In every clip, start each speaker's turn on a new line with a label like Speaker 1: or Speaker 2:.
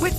Speaker 1: With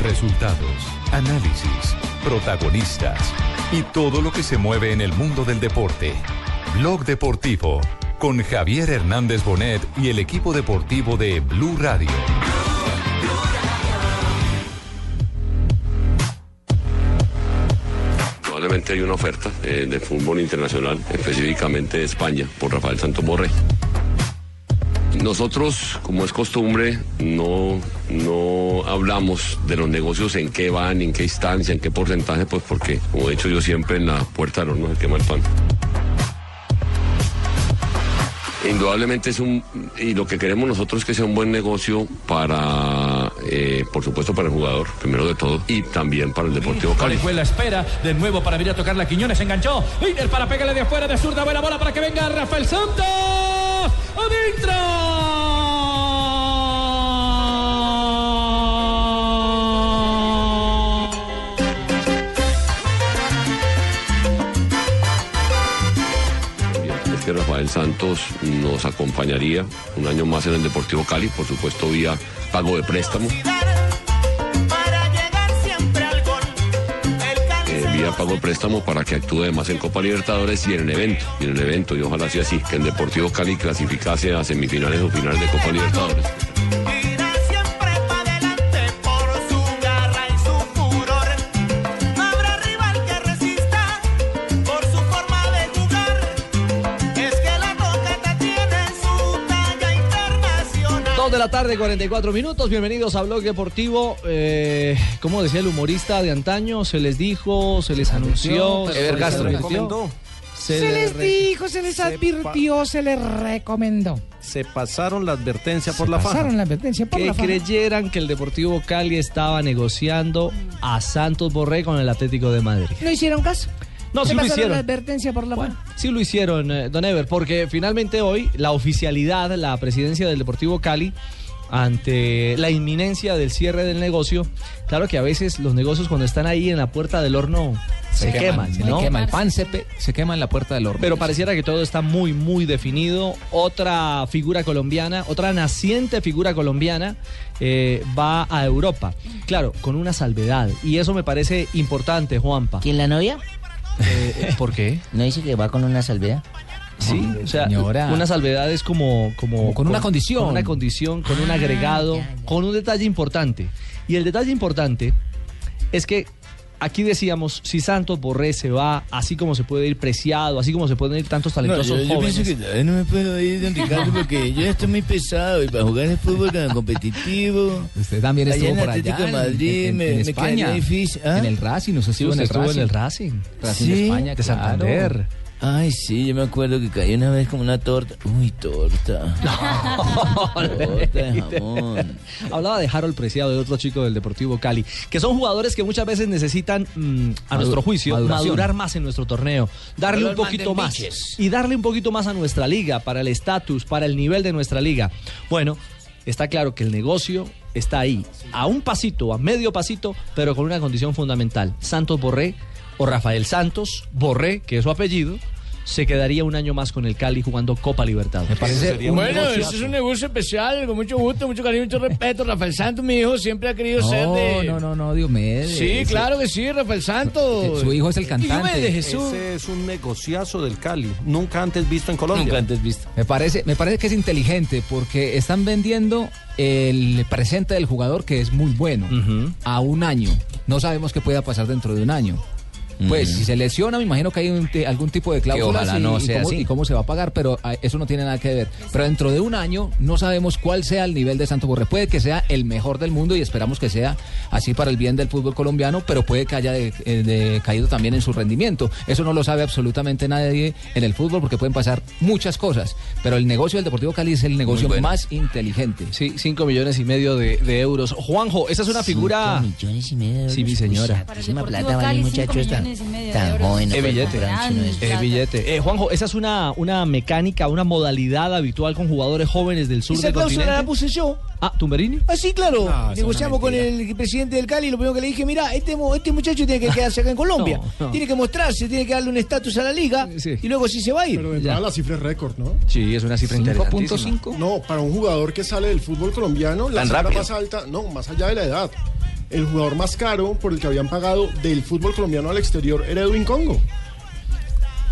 Speaker 2: Resultados, análisis, protagonistas y todo lo que se mueve en el mundo del deporte. Blog Deportivo con Javier Hernández Bonet y el equipo deportivo de Blue Radio.
Speaker 3: Probablemente hay una oferta eh, de fútbol internacional, específicamente de España, por Rafael Santos Borré. Nosotros, como es costumbre, no, no hablamos de los negocios en qué van, en qué instancia, en qué porcentaje, pues porque, como he hecho yo siempre, en la puerta del horno se quema el pan. Indudablemente es un, y lo que queremos nosotros es que sea un buen negocio para, eh, por supuesto, para el jugador, primero de todo, y también para el Deportivo Cali.
Speaker 4: Orejuela espera de nuevo para venir a tocar la Quiñones. Enganchó. Iner para pegarle de afuera de zurda. Buena bola para que venga Rafael Santos. ¡Adentro!
Speaker 3: Es que Rafael Santos nos acompañaría un año más en el Deportivo Cali, por supuesto, vía pago de préstamo.
Speaker 5: Para llegar siempre al gol, el
Speaker 3: eh, vía pago préstamo para que actúe además en Copa Libertadores y en el evento, y en el evento, y ojalá sea así, que el Deportivo Cali clasificase a semifinales o finales de Copa Libertadores.
Speaker 5: irá siempre para adelante por su garra y su furor. No habrá rival que resista por su forma de jugar. Es que la coqueta tiene su talla internacional.
Speaker 6: Dos de la tarde, 44 minutos. Bienvenidos a Blog Deportivo. Eh, como decía el humorista de antaño, se les dijo, se les anunció, se
Speaker 7: Ever
Speaker 6: les
Speaker 7: Castro.
Speaker 6: advirtió, se
Speaker 8: Se
Speaker 6: les
Speaker 8: les
Speaker 6: re-
Speaker 8: dijo, se les advirtió, se les recomendó.
Speaker 7: Se pasaron la advertencia por
Speaker 8: Se
Speaker 7: la faja.
Speaker 8: pasaron la advertencia por
Speaker 6: que
Speaker 8: la faja.
Speaker 6: creyeran que el Deportivo Cali estaba negociando a Santos Borré con el Atlético de Madrid.
Speaker 8: No hicieron caso.
Speaker 6: No,
Speaker 8: Se
Speaker 6: sí
Speaker 8: pasaron
Speaker 6: lo
Speaker 8: la
Speaker 6: hicieron.
Speaker 8: advertencia por la faja.
Speaker 6: Sí lo hicieron, eh, Don Ever, porque finalmente hoy la oficialidad, la presidencia del Deportivo Cali, ante la inminencia del cierre del negocio, claro que a veces los negocios cuando están ahí en la puerta del horno se, queman,
Speaker 9: se
Speaker 6: ¿no?
Speaker 9: le quema el pan, se, pe- se quema en la puerta del horno.
Speaker 6: Pero pareciera que todo está muy, muy definido. Otra figura colombiana, otra naciente figura colombiana eh, va a Europa. Claro, con una salvedad. Y eso me parece importante, Juanpa.
Speaker 10: ¿Quién la novia?
Speaker 6: Eh, ¿Por qué?
Speaker 10: ¿No dice que va con una salvedad?
Speaker 6: Sí, o sea,
Speaker 10: señora.
Speaker 6: una salvedad es como, como
Speaker 10: con una condición.
Speaker 6: con una condición, con un agregado,
Speaker 10: Ah, ya, ya.
Speaker 6: con un detalle importante. Y el detalle importante es que aquí decíamos si Santos Borré se va, así como se puede ir Preciado, así como se pueden ir tantos talentosos
Speaker 11: No, yo, yo
Speaker 6: jóvenes.
Speaker 11: pienso que todavía no me puedo ir, don Ricardo, porque yo ya estoy muy pesado y para jugar el fútbol tan competitivo.
Speaker 9: Usted también
Speaker 11: Allá
Speaker 9: estuvo
Speaker 11: en
Speaker 9: por allá.
Speaker 11: Atlético de Madrid,
Speaker 9: en,
Speaker 11: me- me
Speaker 9: España.
Speaker 11: quedaría difícil, ¿ah?
Speaker 9: En el Racing, usted estuvo en el
Speaker 6: estuvo
Speaker 9: Racing.
Speaker 6: en el Racing.
Speaker 9: Racing de
Speaker 11: Sí,
Speaker 9: España,
Speaker 6: de
Speaker 9: claro.
Speaker 6: Santander.
Speaker 11: Ay, sí, yo me acuerdo que caí una vez como una torta. Uy, torta. torta de jamón.
Speaker 6: Hablaba de Harold Preciado, de otro chico del Deportivo Cali, que son jugadores que muchas veces necesitan, mm, a
Speaker 9: Madu-
Speaker 6: nuestro juicio,
Speaker 9: maduración.
Speaker 6: madurar más en nuestro torneo, darle
Speaker 11: Harold
Speaker 6: un poquito más
Speaker 11: Mandelmiches.
Speaker 6: y darle un poquito más a nuestra liga, para el estatus, para el nivel de nuestra liga. Bueno, está claro que el negocio está ahí, a un pasito, a medio pasito, pero con una condición fundamental. Santos Borré o Rafael Santos Borré, que es su apellido, se quedaría un año más con el Cali jugando Copa Libertadores.
Speaker 12: Bueno, ese es un negocio especial, con mucho gusto, mucho cariño, mucho respeto. Rafael Santos, mi hijo, siempre ha querido ser
Speaker 9: No,
Speaker 12: de... Ah,
Speaker 9: no, no, no, Diomedes. Eh,
Speaker 12: Sí, claro que sí, Rafael Santos.
Speaker 9: Su hijo es el cantante.
Speaker 12: Dime de Jesús.
Speaker 7: Ese es un negociazo del Cali. Nunca antes visto en Colombia.
Speaker 11: Nunca antes visto.
Speaker 9: Me parece, me parece que es inteligente porque están vendiendo el presente del jugador que es muy bueno
Speaker 6: Ujú.
Speaker 9: a un año. No sabemos qué pueda pasar dentro de un año. Pues si se lesiona, me imagino que hay un te- algún tipo de cláusula
Speaker 13: ojalá
Speaker 9: y,
Speaker 13: no
Speaker 9: y
Speaker 13: sea
Speaker 9: cómo,
Speaker 13: así.
Speaker 9: y cómo se va a pagar, pero ah, eso no tiene nada que ver. Pero dentro de un año no sabemos cuál sea el nivel de Santo Borré. Puede que sea el mejor del mundo y esperamos que sea así para el bien del fútbol colombiano, pero puede que haya de- eh, decaído también en su rendimiento. Eso no lo sabe absolutamente nadie en el fútbol porque pueden pasar muchas cosas. Pero el negocio del Deportivo Cali es el negocio
Speaker 6: bueno.
Speaker 9: más inteligente.
Speaker 6: Sí, 5 millones y medio de, de euros. Juanjo, esa es una
Speaker 11: Cinco
Speaker 6: figura.
Speaker 11: millones y medio de
Speaker 6: Sí, mi
Speaker 11: euros.
Speaker 6: señora.
Speaker 11: Uy, muchísima plata vale un muchacho tan, tan
Speaker 6: Es
Speaker 11: joven. no puede
Speaker 6: Eh, billete.
Speaker 11: comprar un chino de esos.
Speaker 6: Es billete. Eh, Juanjo, esa es una, una mecánica, una modalidad habitual con jugadores jóvenes del sur
Speaker 13: Esa
Speaker 6: del
Speaker 13: cláusula la
Speaker 6: continente.
Speaker 13: puse yo.
Speaker 6: Ah, Tumberini.
Speaker 13: Ah, sí, claro.
Speaker 6: No, eso
Speaker 13: Negociamos con el presidente del Cali y lo primero que le dije, mira, este, mo- este muchacho tiene que quedarse acá en Colombia.
Speaker 6: No, no.
Speaker 13: Tiene que mostrarse, tiene que darle un estatus a la liga y luego sí se va a ir.
Speaker 14: Pero de entrada la cifra es récord, ¿no?
Speaker 6: Sí, es una cifra interesantísima.
Speaker 14: 5.5. No, para un jugador que sale del fútbol colombiano, la
Speaker 6: Tan
Speaker 14: cifra
Speaker 6: rápido.
Speaker 14: más alta, no, más allá de la edad. El jugador más caro por el que habían pagado del fútbol colombiano al exterior era Edwin Congo.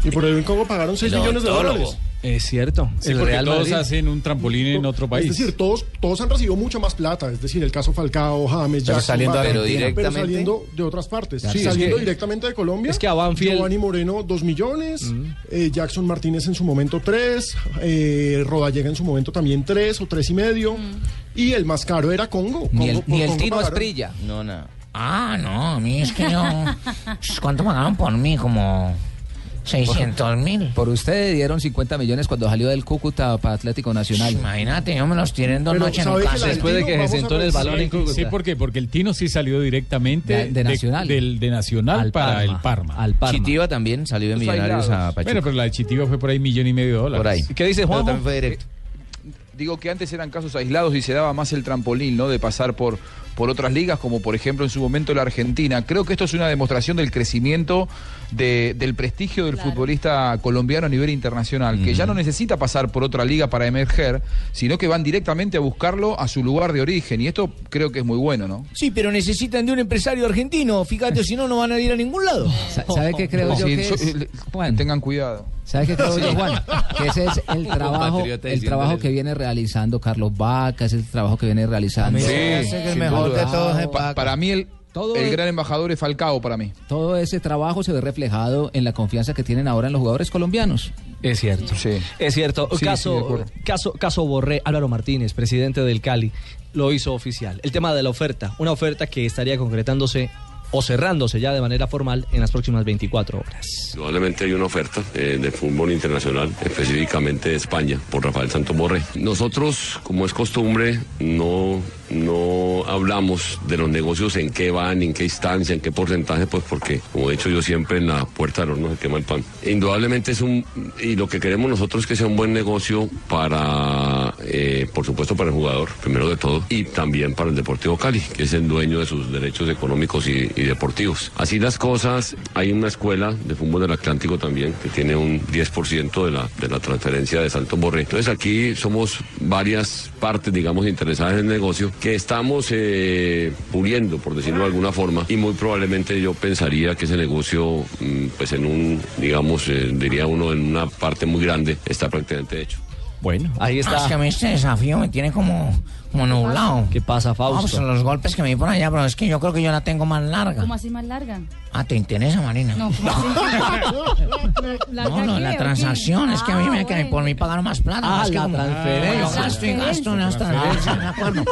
Speaker 14: Y por Edwin Congo pagaron 6 millones de dólares.
Speaker 6: Es cierto.
Speaker 15: Sí,
Speaker 6: el
Speaker 15: porque
Speaker 6: Real
Speaker 15: todos
Speaker 6: Madrid.
Speaker 15: hacen un trampolín en otro país.
Speaker 14: Es decir, todos, todos han recibido mucha más plata. Es decir, el caso Falcao, James,
Speaker 15: Pero
Speaker 14: Jackson,
Speaker 15: saliendo de
Speaker 14: Vargas,
Speaker 15: Argentina.
Speaker 14: pero
Speaker 15: directamente.
Speaker 14: saliendo de otras partes.
Speaker 15: Sí, es
Speaker 14: saliendo
Speaker 15: que-
Speaker 14: directamente de Colombia.
Speaker 6: es que a Banfield-
Speaker 14: Giovanni Moreno, 2 millones. eh, Jackson Martínez en su momento, 3. Rodallega en su momento también 3 o tres y medio. Y el más caro era Congo.
Speaker 11: Ni
Speaker 14: Congo-
Speaker 11: el,
Speaker 14: por
Speaker 11: ni el
Speaker 14: Congo
Speaker 11: Tino
Speaker 14: pagaron-
Speaker 11: Asprilla. No, no. Ah, no, a mí es que yo... Sh, Pues, ¿Cuánto pagaron por mí? Como 600 mil.
Speaker 9: Por usted dieron 50 millones cuando salió del Cúcuta para Atlético Nacional.
Speaker 11: Pues, Imagínate, yo me los tiré en dos
Speaker 9: Pero,
Speaker 11: noches en
Speaker 9: ¿sabe
Speaker 11: un
Speaker 9: que la
Speaker 11: caso.
Speaker 9: del Después de Tino que se vamos a sentó en el revisar? balón en
Speaker 15: Sí,
Speaker 9: Cúcuta.
Speaker 15: Sí, ¿por qué? Porque el Tino sí salió directamente
Speaker 9: De- de Nacional.
Speaker 15: del, de Nacional
Speaker 9: Al
Speaker 15: para
Speaker 9: Parma.
Speaker 15: el Parma.
Speaker 9: Al Parma.
Speaker 15: Chitiva también salió
Speaker 9: de Los Millonarios a aislados. Pachuca.
Speaker 15: Bueno, pero la de Chitiva fue por ahí millón y medio de dólares.
Speaker 16: Por ahí.
Speaker 6: ¿Qué dice
Speaker 16: Juan?
Speaker 15: Juan?
Speaker 16: Digo que antes eran casos aislados y se daba más el trampolín, ¿no? De pasar por, por otras ligas, como por ejemplo en su momento la Argentina. Creo que esto es una demostración del crecimiento de- del prestigio del futbolista colombiano a nivel internacional, que ya no necesita pasar por otra liga para emerger, sino que van directamente a buscarlo a su lugar de origen. Y esto creo que es muy bueno, ¿no?
Speaker 13: Sí, pero necesitan de un empresario argentino. Fíjate, si no, no van a ir a ningún lado.
Speaker 9: ¿Sabe qué creo yo
Speaker 16: Sí,
Speaker 9: que
Speaker 16: so-
Speaker 9: es?
Speaker 16: eh, Tengan cuidado.
Speaker 9: ¿Sabes qué creo yo,
Speaker 16: Sí.
Speaker 9: Juan? Que ese es el
Speaker 16: Un
Speaker 9: trabajo,
Speaker 16: compatriota
Speaker 9: el
Speaker 16: diciéndole
Speaker 9: trabajo
Speaker 16: eso.
Speaker 9: que viene realizando Carlos Vaca, es el trabajo que viene realizando.
Speaker 16: sin duda.
Speaker 9: Ah.
Speaker 16: Pa- Para mí el, el
Speaker 9: eh, es-
Speaker 16: gran embajador es Falcao para mí.
Speaker 9: Todo ese trabajo se ve reflejado en la confianza que tienen ahora en los jugadores colombianos.
Speaker 6: Es cierto. Es cierto.
Speaker 9: Sí, sí, de
Speaker 6: caso,
Speaker 9: acuerdo.
Speaker 6: caso, caso Borré, Álvaro Martínez, presidente del Cali, lo hizo oficial. El tema de la oferta, una oferta que estaría concretándose o cerrándose ya de manera formal en las próximas 24 horas.
Speaker 3: Indudablemente hay una oferta eh, de fútbol internacional, específicamente de España, por Rafael Santos Borré. Nosotros, pues, como es costumbre, no, no hablamos de los negocios en qué van, en qué instancia, en qué porcentaje, pues porque, como he dicho yo siempre, en la puerta del horno se quema el pan. Indudablemente es un, y lo que queremos nosotros es que sea un buen negocio para, eh, por supuesto, para el jugador, primero de todo, y también para el Deportivo Cali, que es el dueño de sus derechos económicos y, y deportivos. Así las cosas, hay una escuela de fútbol del Atlántico también, que tiene un 10% de la, de la transferencia de Santos Borré. Entonces aquí somos varias partes, digamos, interesadas en el negocio, que estamos eh, puliendo, por decirlo de alguna forma, y muy probablemente yo pensaría que ese negocio, mm, pues en un, digamos, eh, diría uno, en una parte muy grande, está prácticamente hecho.
Speaker 6: Bueno, ahí
Speaker 11: Ah, es que a mí este desafío me tiene como, como nublado.
Speaker 6: ¿Qué pasa, Fausto?
Speaker 11: Ah, pues son los golpes que me di por allá, pero es que yo creo que yo la tengo más larga.
Speaker 5: ¿Cómo así más larga?
Speaker 11: Ah, ¿te interesa, Marina?
Speaker 5: No, ¿cómo así? ¿Larga
Speaker 11: No, lo de
Speaker 5: qué, o
Speaker 11: la
Speaker 5: qué?
Speaker 11: transacción, es que a mí me que por mí pagaron más plata.
Speaker 9: Ah,
Speaker 11: es que
Speaker 9: la
Speaker 11: como-
Speaker 9: transferencia.
Speaker 11: como Yo gasto y gasto en las transferencias, me acuerdo.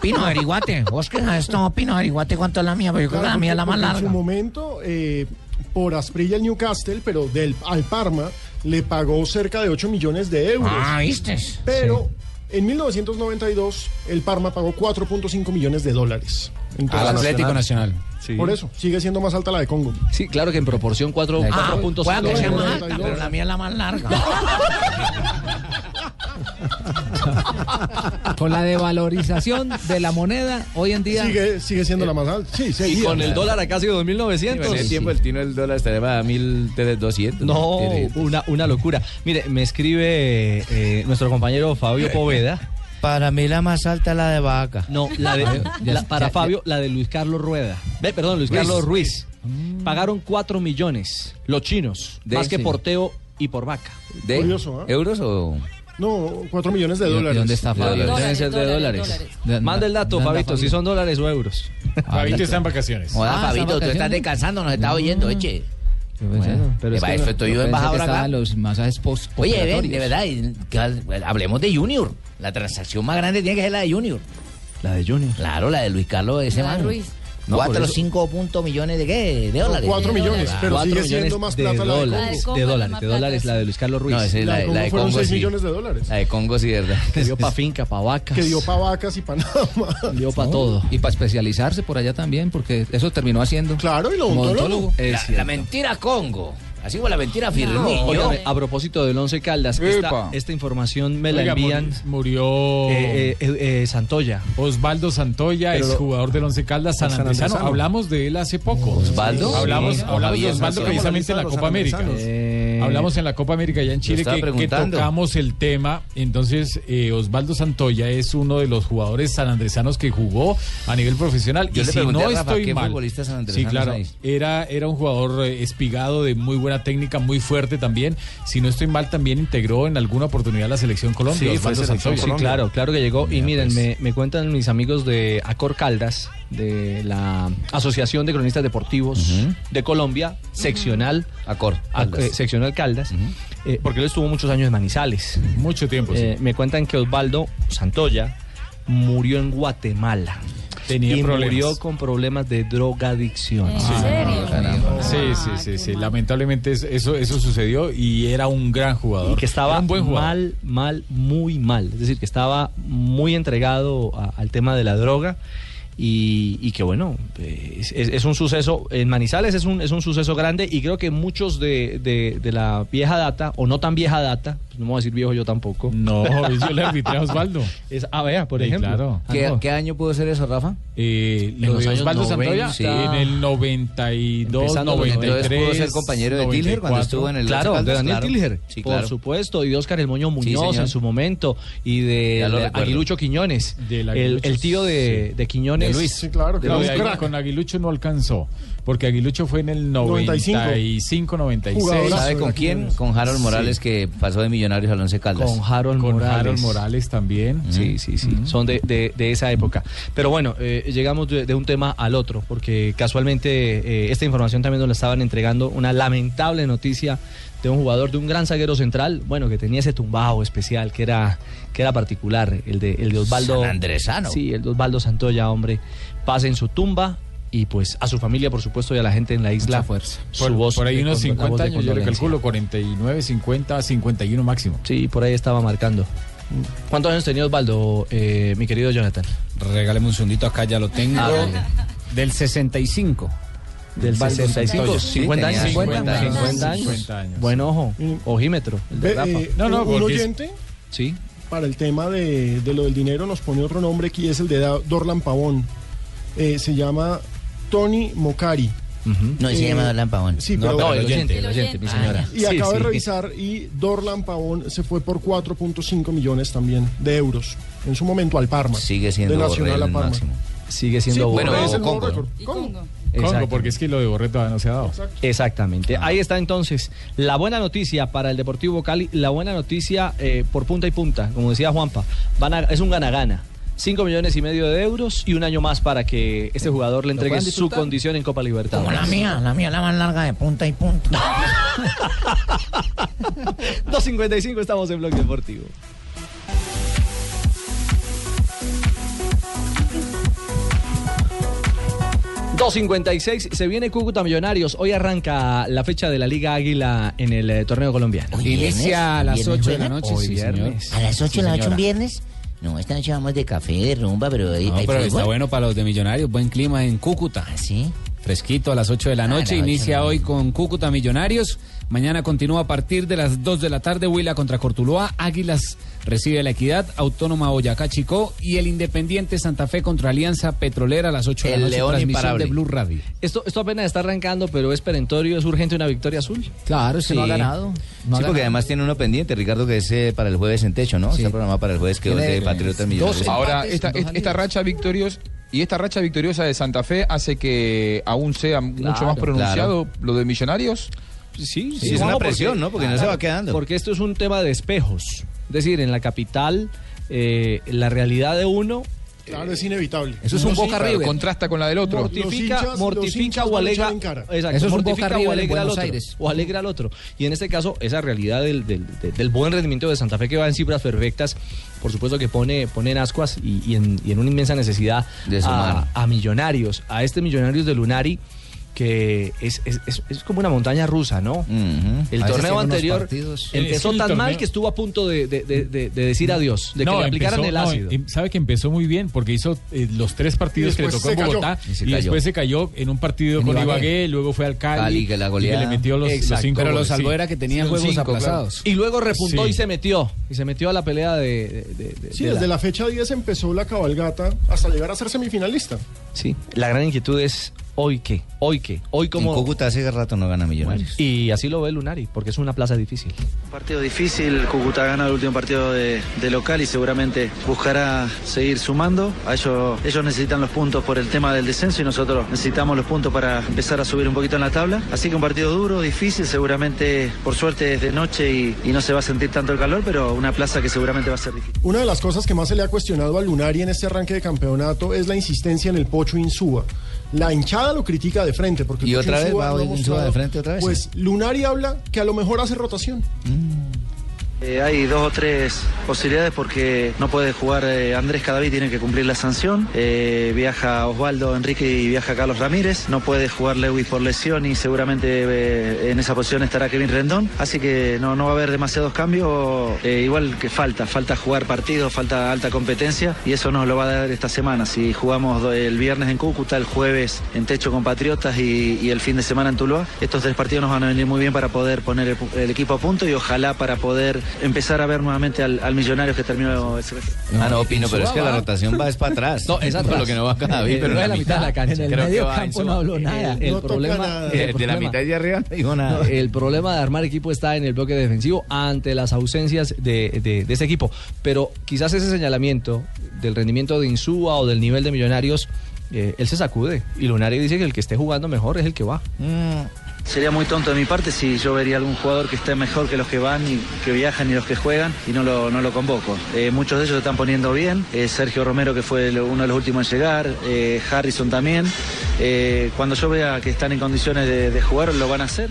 Speaker 11: Pino, averiguate, vos que esto, Pino, averiguate cuánto es la mía, pero yo creo que la
Speaker 14: Claro,
Speaker 11: mía es la más
Speaker 14: porque En
Speaker 11: larga.
Speaker 14: su momento, eh, por Asprilla el Newcastle, pero del, al Parma, le pagó cerca de 8 millones de euros.
Speaker 11: Ah, ¿viste?
Speaker 14: Pero en 1992, el Parma pagó 4.5 millones de dólares. Entonces,
Speaker 6: Nacional.
Speaker 14: Por eso, sigue siendo más alta la de Congo.
Speaker 6: Sí, claro que en proporción 4.5.
Speaker 14: Ah, pueda que sea más alta,
Speaker 11: Pero la mía es la más larga.
Speaker 9: Con la devalorización de la moneda hoy en día. Eh,
Speaker 14: Sigue, sigue siendo la más alta. Sí, sí.
Speaker 9: Y con el dólar
Speaker 6: a casi 2.900.
Speaker 13: En ese tiempo el tino del dólar estaría a 1200.
Speaker 6: No, una, una locura. Mire, me escribe eh, nuestro compañero Fabio Poveda.
Speaker 13: Para mí la más alta la de Vaca.
Speaker 6: No, la de,
Speaker 13: Ya-
Speaker 6: la- para
Speaker 13: ya-
Speaker 6: Fabio, la de Luis Carlos Rueda. Ve, perdón, Luis
Speaker 13: Ruiz. Mm.
Speaker 6: Carlos Ruiz. Pagaron 4 millones los chinos,
Speaker 13: De-
Speaker 6: más que
Speaker 13: sí.
Speaker 6: por Teo y por Vaca.
Speaker 13: ¿De
Speaker 14: Curioso, ¿eh?
Speaker 13: euros o...?
Speaker 14: No, 4 millones de
Speaker 13: ¿Y- y
Speaker 14: dólares.
Speaker 13: dónde está Fabio?
Speaker 14: Dólares.
Speaker 13: Deben ser de
Speaker 6: dólares. Manda el dato,
Speaker 13: Manda, Ah,
Speaker 6: Fabito,
Speaker 13: Fabio.
Speaker 6: si son dólares o euros. Ah,
Speaker 13: Fabito
Speaker 6: está en vacaciones.
Speaker 11: Hola, Fabito, tú estás descansando, nos estás oyendo, eche.
Speaker 9: Bueno,
Speaker 3: pero es que no- no pensé que estaban
Speaker 9: los masajes post
Speaker 3: Oye, ven, de verdad, y- que
Speaker 11: pues,
Speaker 3: hab- hablemos de Junior. La transacción más grande tiene que ser la de Junior.
Speaker 6: La de Junior.
Speaker 3: Claro, la de Luis Carlos ese
Speaker 6: La de
Speaker 3: man.
Speaker 6: Ruiz. No, por
Speaker 3: Cuatro o
Speaker 6: eso-
Speaker 3: cinco puntos millones de qué? De
Speaker 6: No,
Speaker 3: dólares.
Speaker 6: cuatro millones,
Speaker 3: Ah,
Speaker 6: pero
Speaker 3: cuatro
Speaker 6: sigue siendo
Speaker 3: millones
Speaker 6: más plata la de
Speaker 3: dólares,
Speaker 6: Congo. La
Speaker 3: De
Speaker 6: de
Speaker 3: dólares,
Speaker 6: más
Speaker 3: de
Speaker 6: plata,
Speaker 3: dólares,
Speaker 6: sí.
Speaker 3: la de Luis Carlos Ruiz.
Speaker 6: No, esa es la de- la de Congo, sí.
Speaker 14: millones de dólares.
Speaker 3: La de Congo, sí, ¿verdad?
Speaker 6: Que dio para finca, para vacas.
Speaker 14: Que dio para vacas y para nada más.
Speaker 9: Dio para todo. Y para especializarse por allá también, porque eso terminó haciendo.
Speaker 14: Claro, y
Speaker 3: lo
Speaker 9: odontólogo.
Speaker 3: La, la mentira Congo. Así fue la mentira Firmino.
Speaker 6: Óigame, a propósito del Once Caldas, esta,
Speaker 3: Epa.
Speaker 6: esta información me la
Speaker 15: Oiga,
Speaker 6: envían.
Speaker 15: Murió
Speaker 6: Eh, Santoya.
Speaker 15: Osvaldo Santoya,
Speaker 6: Pero-
Speaker 15: es jugador del Once Caldas
Speaker 6: San
Speaker 15: San Andresano.
Speaker 6: Andresano.
Speaker 15: Hablamos de él hace poco.
Speaker 6: ¿Osvaldo?
Speaker 15: Hablamos,
Speaker 6: Sí,
Speaker 15: hablamos de
Speaker 6: Javier
Speaker 15: Osvaldo
Speaker 6: Santoya.
Speaker 15: precisamente en la
Speaker 6: Los
Speaker 15: Copa América.
Speaker 6: sanandresanos.
Speaker 15: Eh, Hablamos en la Copa América ya en Chile
Speaker 6: estaba
Speaker 15: que, que
Speaker 6: preguntando.
Speaker 15: tocamos el tema. Entonces, eh, Osvaldo Santoya es uno de los jugadores sanandresanos que jugó a nivel profesional.
Speaker 11: Yo
Speaker 15: y
Speaker 11: le
Speaker 15: si
Speaker 11: pregunté
Speaker 15: no
Speaker 11: a Rafa,
Speaker 15: estoy
Speaker 11: ¿qué
Speaker 15: mal.
Speaker 11: futbolistas
Speaker 15: sí,
Speaker 11: sanandresanos
Speaker 15: claro.
Speaker 11: hay?
Speaker 15: Era, era un jugador eh, espigado de muy buena técnica, muy fuerte también. Si no estoy mal, también integró en alguna oportunidad la selección Colombia.
Speaker 6: Sí, fue
Speaker 15: Osvaldo
Speaker 6: selección,
Speaker 15: Santoya.
Speaker 6: sí, claro, claro que llegó. y miren, me, me cuentan mis amigos de Acor Caldas, de la Asociación de Cronistas Deportivos de Colombia, seccional Acor,
Speaker 15: Caldas.
Speaker 6: eh, seccional Caldas, eh, porque él estuvo muchos años en Manizales.
Speaker 15: Mucho tiempo.
Speaker 6: Eh, Me cuentan que Osvaldo Santoya murió en Guatemala.
Speaker 15: Tenía
Speaker 6: y
Speaker 15: problemas.
Speaker 6: murió con problemas de drogadicción. Ah,
Speaker 15: Sí. Sí, sí, sí, sí. Lamentablemente es- eso, eso sucedió y era un gran jugador.
Speaker 6: Y que estaba
Speaker 15: Era un buen jugador.
Speaker 6: mal, mal, muy mal. Es decir, que estaba muy entregado a- al tema de la droga. Y, y que bueno, eh, es, es- es un suceso, en Manizales es un, es un suceso grande y creo que muchos de, de- de la vieja data, o no tan vieja data, pues no me voy a decir viejo yo tampoco.
Speaker 15: No, yo le arbitré a Osvaldo.
Speaker 6: Es, ah, vea, por
Speaker 15: Sí,
Speaker 6: ejemplo.
Speaker 15: claro.
Speaker 6: Ah,
Speaker 15: ¿Qué-
Speaker 6: no.
Speaker 9: ¿Qué año pudo ser eso, Rafa?
Speaker 15: Eh,
Speaker 9: En
Speaker 15: lo
Speaker 9: los
Speaker 15: de
Speaker 9: años
Speaker 15: Osvaldo
Speaker 9: 90.
Speaker 15: Santoya en el 92,
Speaker 9: Empezando por el
Speaker 15: 93.
Speaker 9: entonces pudo ser compañero de Tilger cuando
Speaker 15: 94.
Speaker 9: estuvo en el
Speaker 6: Claro,
Speaker 9: Once
Speaker 6: de
Speaker 9: Caldas,
Speaker 6: Daniel
Speaker 9: claro.
Speaker 6: Tilger,
Speaker 9: Sí,
Speaker 6: por
Speaker 9: claro.
Speaker 6: supuesto, y de Oscar El Moño Muñoz
Speaker 9: señor.
Speaker 6: en su momento, y de,
Speaker 9: Ya lo
Speaker 6: de
Speaker 9: recuerdo.
Speaker 6: Aguilucho Quiñones,
Speaker 15: Del
Speaker 6: el,
Speaker 15: Aguilucho,
Speaker 6: el tío de, de Quiñones.
Speaker 15: De Luis.
Speaker 6: De
Speaker 15: No,
Speaker 6: Luis
Speaker 15: de ahí
Speaker 6: Crack.
Speaker 15: con Aguilucho no alcanzó, porque Aguilucho fue en el
Speaker 9: 95.
Speaker 15: 95, 96.
Speaker 9: ¿Sabe con quién? Con Harold Morales, que pasó de Millonarios al Once Caldas.
Speaker 6: Con Harold Morales.
Speaker 15: Harold Morales también.
Speaker 6: Sí, sí, sí. Son de, de- de esa época. Pero bueno, eh, llegamos de, de un tema al otro, porque casualmente eh, esta información también nos la estaban entregando, una lamentable noticia de un jugador, de un gran zaguero central, bueno, que tenía ese tumbao especial, que era, que era particular, el de, el de Osvaldo...
Speaker 3: Sanandresano.
Speaker 6: Sí, el de Osvaldo Santoya, hombre. Pasa en su tumba y pues a su familia, por supuesto, y a la gente en la isla. fuerza. Su
Speaker 15: Por,
Speaker 6: voz
Speaker 15: por ahí
Speaker 6: de
Speaker 15: unos
Speaker 6: con- la
Speaker 15: 50
Speaker 6: voz de
Speaker 15: años, yo le
Speaker 6: condolencia.
Speaker 15: calculo 49, 50, 51 máximo.
Speaker 6: Sí, por ahí estaba marcando. ¿Cuántos años tenía Osvaldo, eh, mi querido Jonathan?
Speaker 17: Regáleme un segundito, acá ya lo tengo.
Speaker 6: Ah, dale.
Speaker 17: Del 65.
Speaker 6: Del
Speaker 17: Valdo
Speaker 6: 65,
Speaker 17: Santoyo.
Speaker 6: 50
Speaker 17: Sí,
Speaker 6: años.
Speaker 17: tenía
Speaker 6: 50 años. 50 años. Buen ojo, ojímetro. el de
Speaker 14: Ve,
Speaker 6: Rafa.
Speaker 14: eh, un- un oyente
Speaker 6: Sí.
Speaker 14: para el tema de, de lo del dinero nos pone otro nombre que es el de Da- Dorlan Pavón. Eh, se llama Tony Mocari.
Speaker 3: No, ese se
Speaker 14: Eh,
Speaker 3: llama Alan Pavón. Ah,
Speaker 14: sí, pero- No, el oyente,
Speaker 6: el oyente, mi
Speaker 14: señora. Y acabo de revisar y Dorlan Pavón se fue por 4.5 millones también de euros en su momento al Parma.
Speaker 3: Sigue siendo
Speaker 14: de Nacional
Speaker 3: Borrell
Speaker 14: a Parma.
Speaker 3: máximo.
Speaker 6: Sigue
Speaker 14: Sí,
Speaker 6: siendo
Speaker 14: Borrell
Speaker 6: Borrell.
Speaker 14: es el nuevo récord.
Speaker 15: Congo,
Speaker 6: Exacto.
Speaker 15: porque es que lo de Borré todavía no se ha dado.
Speaker 6: Exactamente. Ahí está entonces la buena noticia para el Deportivo Cali, la buena noticia eh, por punta y punta, como decía Juanpa, van a- es un gana-gana. 5 millones y medio de euros y un año más para que este jugador le entregue
Speaker 3: puedan
Speaker 6: su
Speaker 3: disfrutar.
Speaker 6: condición en Copa Libertadores.
Speaker 3: Como la mía, la mía, la más larga de punta y punta.
Speaker 6: 2.55 estamos en Blog Deportivo. ...2.56, se viene Cúcuta Millonarios... ...hoy arranca la fecha de la Liga Águila... ...en el eh, torneo colombiano.
Speaker 3: ¿Viernes? ¿Viernes juegan?
Speaker 6: Hoy viernes.
Speaker 3: ¿A las 8 de la noche
Speaker 6: señora.
Speaker 3: un viernes? No, esta noche vamos de café, de rumba, pero ahí
Speaker 17: No,
Speaker 3: hay
Speaker 17: pero está
Speaker 3: fútbol.
Speaker 17: bueno para los de Millonarios. Buen clima en Cúcuta.
Speaker 3: Sí.
Speaker 17: Fresquito a las 8 de la
Speaker 3: a
Speaker 17: noche.
Speaker 3: las ocho de
Speaker 17: Inicia
Speaker 3: la
Speaker 17: hoy con Cúcuta Millonarios. Mañana continúa a partir de las 2 de la tarde. Huila contra Cortuluá. Águilas recibe la equidad. Autónoma Boyacá Chicó. Y el Independiente Santa Fe contra Alianza Petrolera a las 8 de la
Speaker 6: El
Speaker 17: noche.
Speaker 6: León
Speaker 17: transmisión
Speaker 6: imparable.
Speaker 17: de Blue Radio.
Speaker 6: Esto, esto apenas está arrancando, pero es perentorio, es urgente una victoria azul.
Speaker 17: Claro,
Speaker 6: Que no ha ganado. No ha
Speaker 17: Sí,
Speaker 6: ganado.
Speaker 17: porque
Speaker 3: Además tiene uno pendiente, Ricardo, que es eh, para el jueves en techo, ¿no? Está programado para el jueves que es
Speaker 17: Tiene,
Speaker 3: de
Speaker 17: eh,
Speaker 3: Patriotas Millonarios.
Speaker 16: Ahora, esta, esta- esta racha victoriosa y esta racha victoriosa de Santa Fe hace que aún sea mucho
Speaker 6: Claro,
Speaker 16: más pronunciado lo de Millonarios.
Speaker 6: Sí,
Speaker 16: es
Speaker 6: Juanjo,
Speaker 16: una presión, ¿no? Porque no se va quedando.
Speaker 6: Porque esto es un tema de espejos. Es decir, en la capital, eh, la realidad de uno
Speaker 14: Claro, es inevitable.
Speaker 6: Eso es un
Speaker 14: Los
Speaker 6: Boca
Speaker 14: hinchas-
Speaker 6: River.
Speaker 16: Contrasta con la del otro.
Speaker 6: Mortifica,
Speaker 14: Los hinchas- los
Speaker 6: mortifica
Speaker 14: hinchas
Speaker 6: o
Speaker 14: no le
Speaker 6: alegra.
Speaker 14: echan en cara.
Speaker 6: Exacto,
Speaker 14: Eso es un
Speaker 6: mortifica
Speaker 14: Boca
Speaker 6: o
Speaker 14: River en
Speaker 6: alegra al
Speaker 14: Buenos
Speaker 6: otro.
Speaker 14: Aires.
Speaker 6: O alegra al otro. Y en este caso, esa realidad del, del- de- del buen rendimiento de Santa Fe que va en cifras perfectas, por supuesto que pone, pone en ascuas y, y en, y en una inmensa necesidad
Speaker 11: De sumar.
Speaker 6: a, a millonarios, a este millonarios de Lunari que es, es- es- es como una montaña rusa, ¿no? El
Speaker 9: A veces tiene
Speaker 6: torneo
Speaker 9: unos
Speaker 6: anterior
Speaker 9: partidos.
Speaker 6: empezó
Speaker 15: Es que el
Speaker 6: tan mal
Speaker 15: torneo-
Speaker 6: que estuvo a punto de, de- de- de- de decir adiós, de que le aplicaran
Speaker 15: empezó-
Speaker 6: el
Speaker 15: no,
Speaker 6: ácido.
Speaker 15: em- sabe que empezó muy bien porque hizo eh, los tres partidos
Speaker 6: Y
Speaker 15: que le
Speaker 6: después
Speaker 15: tocó en
Speaker 6: se cayó.
Speaker 15: Bogotá
Speaker 6: Y se
Speaker 15: y,
Speaker 6: cayó.
Speaker 15: después se cayó en un partido
Speaker 6: En
Speaker 15: con
Speaker 6: Ibagué.
Speaker 15: Ibagué, luego fue al Cali,
Speaker 6: Cali, que la
Speaker 15: y
Speaker 6: goleada.
Speaker 15: le metió los, los
Speaker 6: Exacto.
Speaker 15: cinco
Speaker 6: Pero lo
Speaker 15: goles,
Speaker 6: salvó
Speaker 15: sí.
Speaker 6: era que tenía
Speaker 15: Sí,
Speaker 6: juegos
Speaker 15: cinco, claro.
Speaker 6: aplazados. Y luego repuntó
Speaker 15: Sí.
Speaker 6: y se metió. Y se metió a la pelea de. de- de-
Speaker 14: Sí,
Speaker 6: de
Speaker 14: desde la fecha 10 empezó la cabalgata hasta llegar a ser semifinalista.
Speaker 6: Sí, la gran inquietud es hoy qué, hoy qué, hoy como.
Speaker 18: En Cúcuta hace rato no gana Millonarios.
Speaker 6: Y así lo ve Lunari, porque es una plaza difícil.
Speaker 18: Partido difícil, Cúcuta gana el último partido de, de local y seguramente buscará seguir sumando. A ellos, ellos necesitan los puntos por el tema del descenso y nosotros necesitamos los puntos para empezar a subir un poquito en la tabla. Así que un partido duro, difícil, seguramente por suerte es de noche y, y no se va a sentir tanto el calor, pero una plaza que seguramente va a ser difícil.
Speaker 14: Una de las cosas que más se le ha cuestionado a Lunari en este arranque de campeonato es la insistencia en el Pocho Insúa. La hinchada lo critica de frente porque el
Speaker 18: ¿Y
Speaker 14: Pocho
Speaker 18: otra vez
Speaker 14: Insúa no
Speaker 18: va
Speaker 14: ha
Speaker 18: hoy Insúa
Speaker 14: mostrado-
Speaker 18: de frente otra vez?
Speaker 14: Pues Lunari habla que a lo mejor hace rotación.
Speaker 18: Eh, hay dos o tres posibilidades porque no puede jugar eh, Andrés Cadavid, tiene que cumplir la sanción. Eh, viaja Osvaldo Enrique y viaja Carlos Ramírez. No puede jugar Lewis por lesión y seguramente eh, en esa posición estará Kevin Rendón. Así que no, no va a haber demasiados cambios. Eh, igual que falta, falta jugar partidos, falta alta competencia y eso nos lo va a dar esta semana. Si jugamos do- el viernes en Cúcuta, el jueves en Techo con Patriotas y, y el fin de semana en Tuluá, estos tres partidos nos van a venir muy bien para poder poner el, pu- el equipo a punto y ojalá para poder empezar a ver nuevamente al, al millonario que terminó el semestre.
Speaker 11: Ah, no opino, pero es que la rotación va es para atrás.
Speaker 18: No, es
Speaker 11: Por
Speaker 18: atrás.
Speaker 11: lo que no va cada
Speaker 18: Eh,
Speaker 11: vez, pero
Speaker 18: no
Speaker 11: en la
Speaker 18: es la
Speaker 11: mitad
Speaker 18: mitad de la cancha.
Speaker 11: Creo
Speaker 18: En el
Speaker 11: que
Speaker 18: medio
Speaker 11: va en
Speaker 18: campo
Speaker 11: su-
Speaker 18: no habló nada.
Speaker 6: El
Speaker 11: No toca
Speaker 6: problema-
Speaker 11: nada.
Speaker 6: el
Speaker 11: Eh, De la
Speaker 6: problema-
Speaker 11: mitad de arriba no dijo nada.
Speaker 6: El problema de armar equipo está en el bloque defensivo ante las ausencias de, de- de este equipo. Pero quizás ese señalamiento del rendimiento de Insúa o del nivel de Millonarios, eh, él se sacude. Y Lunari dice que el que esté jugando mejor es el que va.
Speaker 18: Sería muy tonto de mi parte si yo vería algún jugador que esté mejor que los que van y que viajan y los que juegan y no lo, no lo convoco. Eh, muchos de ellos se están poniendo bien. Eh, Sergio Romero, que fue lo- uno de los últimos en llegar, eh, Harrison también. Eh, cuando yo vea que están en condiciones de- de jugar, lo van a hacer.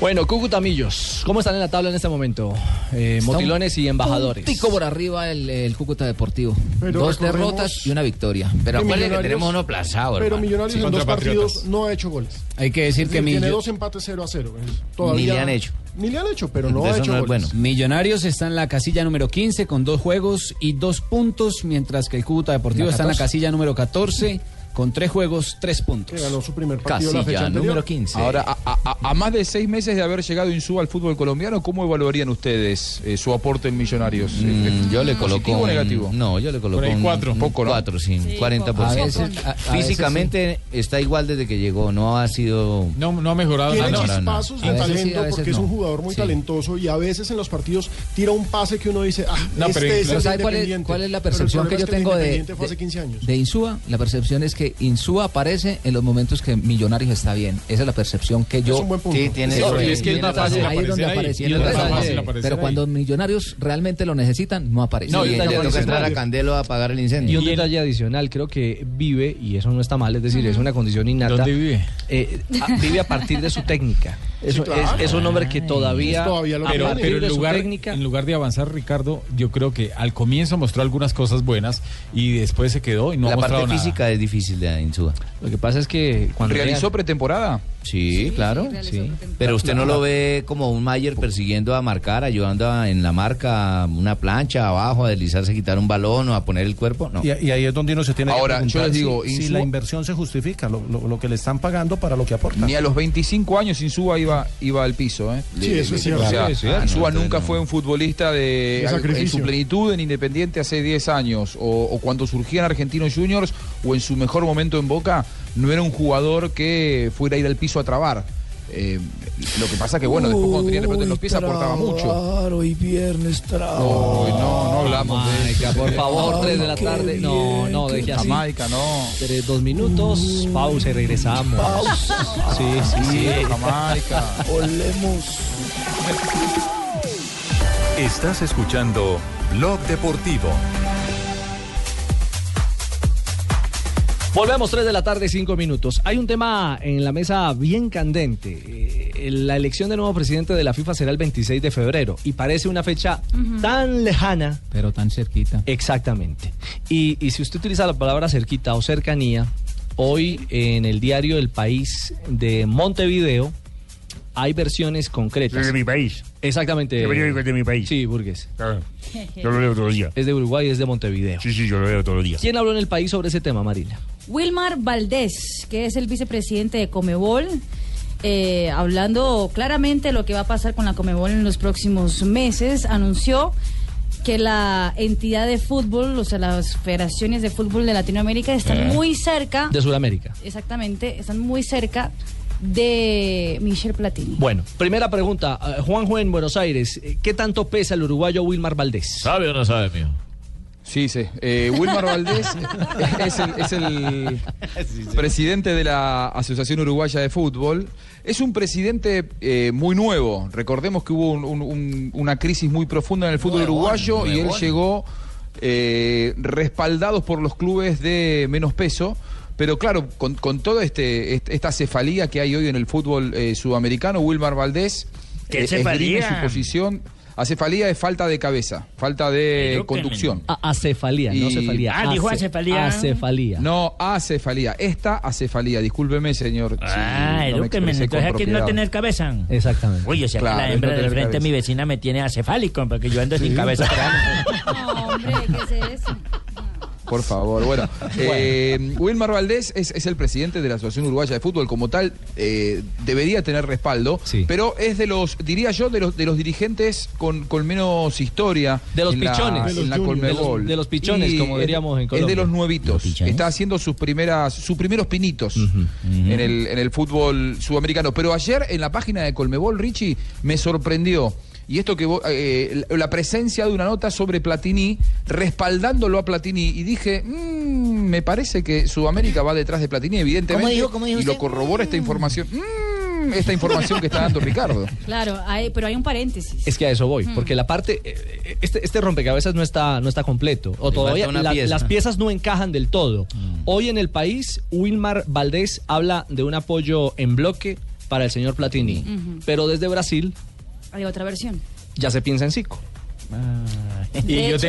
Speaker 6: Bueno, Cúcuta Millos, ¿cómo están en la tabla en este momento? Eh,
Speaker 9: Está un
Speaker 6: motilones y embajadores.
Speaker 9: puntico por arriba el, el Cúcuta Deportivo.
Speaker 14: Pero
Speaker 9: Dos
Speaker 14: recordemos-
Speaker 9: derrotas y una victoria. acuérdense
Speaker 14: Pero acuérdate que Millonarios- tenemos uno
Speaker 9: aplazado,
Speaker 14: Pero Millonarios en dos partidos no ha hecho goles.
Speaker 9: Hay que decir
Speaker 14: Es
Speaker 9: que
Speaker 14: decir, tiene
Speaker 9: Millo-
Speaker 14: dos empates 0 a 0. Todavía,
Speaker 9: Ni le han hecho.
Speaker 14: Ni le han hecho, pero no ha hecho goles.
Speaker 17: Millonarios está en la casilla número 15 con dos juegos y dos puntos, mientras que el Cúcuta Deportivo
Speaker 14: La
Speaker 17: está en la
Speaker 14: 14.
Speaker 17: casilla número 14 con tres juegos, tres puntos.
Speaker 14: Que ganó su primer
Speaker 16: partido
Speaker 14: partido la fecha anterior.
Speaker 16: Ahora, a, a- a- a más de seis meses de haber llegado Insúa al fútbol colombiano, ¿cómo evaluarían ustedes eh, su aporte en Millonarios?
Speaker 11: yo le
Speaker 16: ¿Positivo
Speaker 11: coloco
Speaker 16: o
Speaker 11: un-
Speaker 16: negativo?
Speaker 11: No, yo le coloco
Speaker 16: Por ahí
Speaker 11: un-
Speaker 16: cuatro.
Speaker 11: un
Speaker 16: Poco, ¿no?
Speaker 11: cuatro, sí, 40%.
Speaker 16: A veces-
Speaker 15: a- a veces
Speaker 11: Físicamente está igual desde que llegó, no ha sido...
Speaker 15: No, no ha mejorado.
Speaker 11: Ah,
Speaker 14: Tiene
Speaker 11: no, no, no.
Speaker 14: chispazos
Speaker 11: A
Speaker 14: de
Speaker 11: veces sí, a
Speaker 14: talento
Speaker 11: veces
Speaker 14: porque es
Speaker 11: no.
Speaker 14: un jugador muy
Speaker 11: Sí.
Speaker 14: talentoso y a veces en los partidos tira un pase que uno dice, ah,
Speaker 9: No,
Speaker 14: este
Speaker 9: pero
Speaker 14: es el
Speaker 9: incluso-
Speaker 14: de
Speaker 9: ¿sabe cuál es-
Speaker 14: Independiente?
Speaker 9: cuál es la
Speaker 14: Pero el
Speaker 9: percepción
Speaker 14: problema
Speaker 9: que
Speaker 14: es
Speaker 9: yo tengo de-
Speaker 14: Independiente fue hace
Speaker 9: de-
Speaker 14: 15 años.
Speaker 9: De Insúa, la percepción es que Insúa aparece en los momentos que Millonarios está bien. Esa es la percepción que yo.
Speaker 14: un buen punto. Sí, tiene-
Speaker 9: Sí,
Speaker 14: Porque es que es
Speaker 9: tiene
Speaker 14: más fácil
Speaker 9: razón. Ahí es donde
Speaker 14: aparecer ahí.
Speaker 9: aparece.
Speaker 14: Tiene
Speaker 9: Tiene
Speaker 14: razón.
Speaker 9: razón.
Speaker 14: Más fácil aparecer
Speaker 9: Pero
Speaker 14: ahí.
Speaker 9: cuando Millonarios realmente lo necesitan, no aparece.
Speaker 11: No, y le toca entrar a Candelo a apagar el incendio.
Speaker 6: Y un detalle adicional, creo que vive, y eso no está mal, es decir, es una condición innata.
Speaker 11: ¿Dónde
Speaker 6: vive? vive a partir de su técnica. Eso,
Speaker 15: claro.
Speaker 6: es, es un hombre que todavía, a
Speaker 15: pero,
Speaker 6: partir
Speaker 15: pero en,
Speaker 6: de su
Speaker 15: lugar,
Speaker 6: técnica,
Speaker 15: en lugar de avanzar, Ricardo, yo creo que al comienzo mostró algunas cosas buenas y después se quedó y no ha
Speaker 11: la
Speaker 15: mostrado
Speaker 11: parte
Speaker 15: nada.
Speaker 11: física es difícil de Insúa.
Speaker 6: Lo que pasa es que cuando
Speaker 11: ¿Realizó
Speaker 16: pretemporada?
Speaker 11: Sí, claro. sí. Pero usted no lo ve como un Mayer persiguiendo a marcar, ayudando a- en la marca, una plancha abajo, a deslizarse, a quitar un balón o a poner el cuerpo. No.
Speaker 7: Y, y ahí es donde uno se tiene
Speaker 11: Ahora,
Speaker 7: que
Speaker 11: yo
Speaker 7: preguntar
Speaker 11: les digo,
Speaker 7: si, si
Speaker 11: Insúa-
Speaker 7: la inversión se justifica, lo, lo- lo que le están pagando para lo que aporta.
Speaker 16: Ni a los 25 años Insúa iba, iba al piso. ¿eh?
Speaker 7: Sí, eso es cierto.
Speaker 16: O sea,
Speaker 7: Sí, es cierto.
Speaker 16: Insúa
Speaker 7: Ah, no,
Speaker 16: nunca
Speaker 7: entonces
Speaker 16: fue un futbolista de,
Speaker 7: De
Speaker 16: en su
Speaker 7: sacrificio.
Speaker 16: plenitud en Independiente hace 10 años. O, o cuando surgía en Argentinos Juniors o en su mejor momento en Boca, no era un jugador que fuera a ir al piso a trabar. Eh, lo que pasa que, bueno, después cuando tenía la pelota en los pies aportaba mucho.
Speaker 19: Claro, y viernes trago.
Speaker 16: No, no, no hablamos de
Speaker 6: Jamaica,
Speaker 16: eso.
Speaker 6: por favor,
Speaker 16: Ah,
Speaker 6: 3 de la
Speaker 16: qué
Speaker 6: tarde. No,
Speaker 16: bien,
Speaker 6: no,
Speaker 16: qué
Speaker 6: deje
Speaker 16: bien.
Speaker 6: así.
Speaker 16: Jamaica, no.
Speaker 6: 3, 2 minutos, pausa y regresamos. Sí, sí, sí.
Speaker 16: Jamaica.
Speaker 19: Olemos.
Speaker 20: Estás escuchando Blog Deportivo.
Speaker 6: Volvemos 3 de la tarde, 5 minutos. Hay un tema en la mesa bien candente. Eh, La elección del nuevo presidente de la FIFA será el 26 de febrero y parece una fecha tan lejana.
Speaker 9: Pero tan cerquita.
Speaker 6: Exactamente. Y, y si usted utiliza la palabra cerquita o cercanía, hoy en el diario El País de Montevideo hay versiones concretas.
Speaker 21: De mi país.
Speaker 6: Exactamente.
Speaker 21: Yo periódico es de mi país.
Speaker 6: Sí, burgués.
Speaker 21: Yo lo leo todos los días.
Speaker 6: Es de Uruguay, es de Montevideo.
Speaker 21: Sí, sí, yo lo leo todos los días.
Speaker 6: ¿Quién habló en El País sobre ese tema, Marina?
Speaker 22: Wilmar Valdés, que es el vicepresidente de Comebol, eh, hablando claramente de lo que va a pasar con la Comebol en los próximos meses, anunció que la entidad de fútbol, o sea, las federaciones de fútbol de Latinoamérica están
Speaker 6: Eh.
Speaker 22: muy cerca,
Speaker 6: De Sudamérica.
Speaker 22: exactamente, están muy cerca de Michel Platini.
Speaker 6: Bueno, primera pregunta. eh, Juanjo en Buenos Aires, eh, ¿qué tanto pesa el uruguayo Wilmar Valdés?
Speaker 16: ¿Sabe o no sabe, mío? Sí, sí. Eh, Wilmar Valdés es el, es el presidente de la Asociación Uruguaya de Fútbol. Es un presidente eh, muy nuevo. Recordemos que hubo un- un- un- una crisis muy profunda en el fútbol
Speaker 23: Nuevón,
Speaker 16: uruguayo y él
Speaker 23: nuevón.
Speaker 16: llegó eh, respaldados por los clubes de menos peso. Pero claro, con, con toda este, est- esta cefalía que hay hoy en el fútbol eh, sudamericano, Wilmar Valdés
Speaker 21: ¿Qué
Speaker 16: eh, esgrime
Speaker 21: cefalía?
Speaker 16: su posición. Acefalía es falta de cabeza, falta de conducción.
Speaker 6: A- acefalía, no
Speaker 16: Y-
Speaker 6: cefalía.
Speaker 21: Ah,
Speaker 6: ace- Acefalía.
Speaker 16: No, acefalía. Esta acefalía, discúlpeme, señor.
Speaker 24: Ah, edúquenme, entonces aquí no tener cabeza.
Speaker 6: Exactamente.
Speaker 24: Uy, o sea, que
Speaker 16: Claro,
Speaker 24: la
Speaker 16: no
Speaker 24: hembra del
Speaker 16: tener
Speaker 24: frente de
Speaker 16: cabeza.
Speaker 24: mi vecina me tiene acefálico, porque yo ando sin cabeza.
Speaker 16: Por favor, bueno. eh, Wilmar Valdés es, es el presidente de la Asociación Uruguaya de Fútbol, como tal, eh, debería tener respaldo, pero es de los, diría yo, de los, de los dirigentes con, con menos historia.
Speaker 6: De los
Speaker 16: en la-
Speaker 6: pichones.
Speaker 16: en
Speaker 6: De los
Speaker 16: la
Speaker 6: juniors.
Speaker 16: Conmebol.
Speaker 6: De los- de los pichones, como
Speaker 16: es-
Speaker 6: diríamos en
Speaker 16: Es
Speaker 6: Colombia.
Speaker 16: de los nuevitos. Está haciendo sus primeras, sus primeros pinitos En, el, en el fútbol sudamericano. Pero ayer en la página de Colmebol, Richie, me sorprendió. Y esto que vos- eh, la presencia de una nota sobre Platini, respaldándolo a Platini, y dije, "Mm, me parece que Sudamérica va detrás de Platini, evidentemente.
Speaker 24: dijo? ¿Cómo dijo
Speaker 16: y lo
Speaker 24: usted?
Speaker 16: corrobora esta información. "Mm", esta información que está dando Ricardo.
Speaker 22: Claro, hay, pero hay un paréntesis.
Speaker 6: Es que a eso voy,
Speaker 22: Mm.
Speaker 6: porque la parte, eh, este, este rompecabezas no está, no está completo, o
Speaker 11: Le
Speaker 6: todavía
Speaker 11: falta una
Speaker 6: la-
Speaker 11: pieza. Mm.
Speaker 6: las piezas no encajan del todo. Hoy en el país, Wilmar Valdés habla de un apoyo en bloque para el señor Platini,
Speaker 22: Ujú.
Speaker 6: pero desde Brasil
Speaker 22: Hay otra versión.
Speaker 6: ya se piensa en Zico.
Speaker 11: Ah,
Speaker 22: De hecho,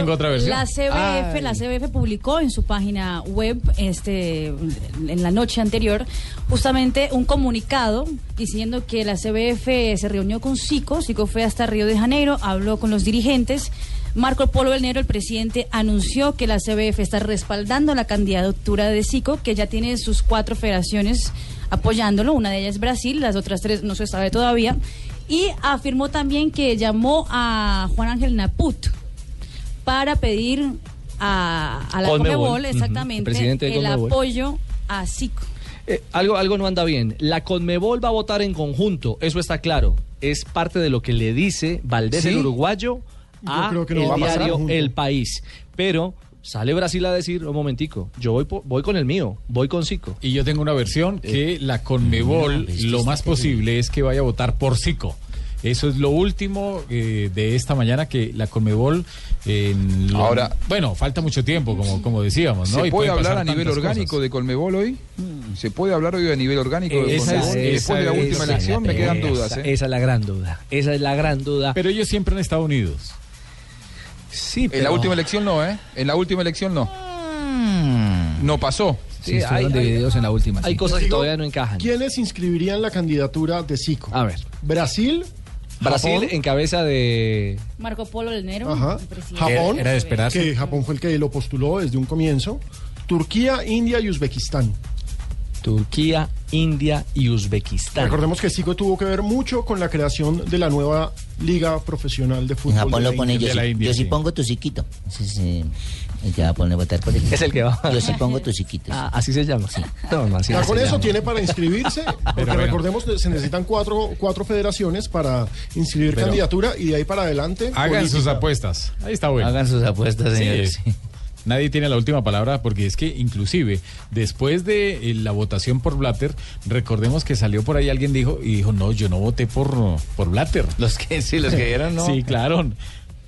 Speaker 22: La CBF, la CBF publicó en su página web este en la noche anterior justamente un comunicado diciendo que la CBF se reunió con Sico, Sico fue hasta Río de Janeiro, habló con los dirigentes. Marco Polo del Negro, el presidente, anunció que la CBF está respaldando la candidatura de Sico, que ya tiene sus cuatro federaciones apoyándolo. Una de ellas es Brasil, las otras tres no se sabe todavía. Y afirmó también que llamó a Juan Ángel Naput, para pedir a, a la
Speaker 6: Conmebol,
Speaker 22: Comebol
Speaker 6: ujú, el
Speaker 22: exactamente
Speaker 6: presidente de
Speaker 22: el
Speaker 6: Conmebol.
Speaker 22: apoyo a SICO.
Speaker 6: Eh, algo, algo no anda bien. La Conmebol va a votar en conjunto, eso está claro. Es parte de lo que le dice Valdés
Speaker 16: ¿Sí?
Speaker 6: el uruguayo a
Speaker 16: creo que no
Speaker 6: el
Speaker 16: va a pasar
Speaker 6: diario
Speaker 16: junto.
Speaker 6: El País. Pero sale Brasil a decir, un momentico, yo voy, po- voy con el mío, voy con Zico. Eh,
Speaker 15: Y yo tengo una versión que la Conmebol lo más posible es que vaya a votar por Zico. Eso es lo último eh, de esta mañana que la Conmebol en lo-
Speaker 16: Ahora-
Speaker 15: bueno, falta mucho tiempo como como decíamos, ¿no?
Speaker 16: ¿Se
Speaker 15: Y
Speaker 16: puede
Speaker 15: pueden
Speaker 16: hablar
Speaker 15: pasar
Speaker 16: a nivel
Speaker 15: tantas
Speaker 16: orgánico
Speaker 15: cosas.
Speaker 16: de Colmebol hoy? ¿Se puede hablar hoy a nivel orgánico de
Speaker 15: Esa es-
Speaker 16: Colmebol? Después de la
Speaker 15: esa es-
Speaker 16: última elección me quedan dudas. ¿eh?
Speaker 6: Esa es la gran duda. Esa es la gran duda.
Speaker 15: Pero ellos siempre han estado unidos.
Speaker 6: Sí,
Speaker 16: En la última elección no, ¿eh? En la última elección no. No pasó.
Speaker 9: Sí, estuvieron divididos en la última. sí.
Speaker 6: no encajan.
Speaker 14: ¿Quiénes inscribirían la candidatura de Zico?
Speaker 6: A ver.
Speaker 14: Brasil.
Speaker 6: Brasil
Speaker 14: Japón,
Speaker 6: en cabeza de...
Speaker 22: Marco Polo del Nero,
Speaker 14: Ajá.
Speaker 22: el presidente.
Speaker 14: Japón.
Speaker 6: Era de esperarse.
Speaker 14: Que Japón fue el que lo postuló desde un comienzo. Turquía, India y Uzbekistán.
Speaker 6: Turquía, India y Uzbekistán.
Speaker 14: Recordemos que Zico tuvo que ver mucho con la creación de la nueva liga profesional de fútbol.
Speaker 24: En Japón
Speaker 14: de
Speaker 24: lo
Speaker 14: la
Speaker 24: pone
Speaker 14: India.
Speaker 24: yo. sí- yo sí pongo tu chiquito. Ese es eh, el que va a poner votar por él.
Speaker 6: Es el que va. Ah,
Speaker 24: Yo sí pongo tu chiquito.
Speaker 6: así se llama. Sí. No, no, así
Speaker 14: Ya
Speaker 6: no
Speaker 14: con
Speaker 6: se
Speaker 14: eso
Speaker 6: llama.
Speaker 14: tiene para inscribirse, porque
Speaker 6: bueno.
Speaker 14: recordemos que se necesitan cuatro, cuatro federaciones para inscribir
Speaker 15: Pero-
Speaker 14: candidatura y de ahí para adelante.
Speaker 15: Hagan
Speaker 14: política.
Speaker 15: sus apuestas. Ahí está bueno.
Speaker 14: Hagan sus apuestas,
Speaker 15: Sí.
Speaker 14: señores.
Speaker 15: Nadie tiene la última palabra porque es que inclusive después de eh, la votación por Blatter, recordemos que salió por ahí alguien dijo y dijo, "No, yo no voté por por Blatter."
Speaker 11: Los que sí, los que dieron no.
Speaker 15: Sí, claro.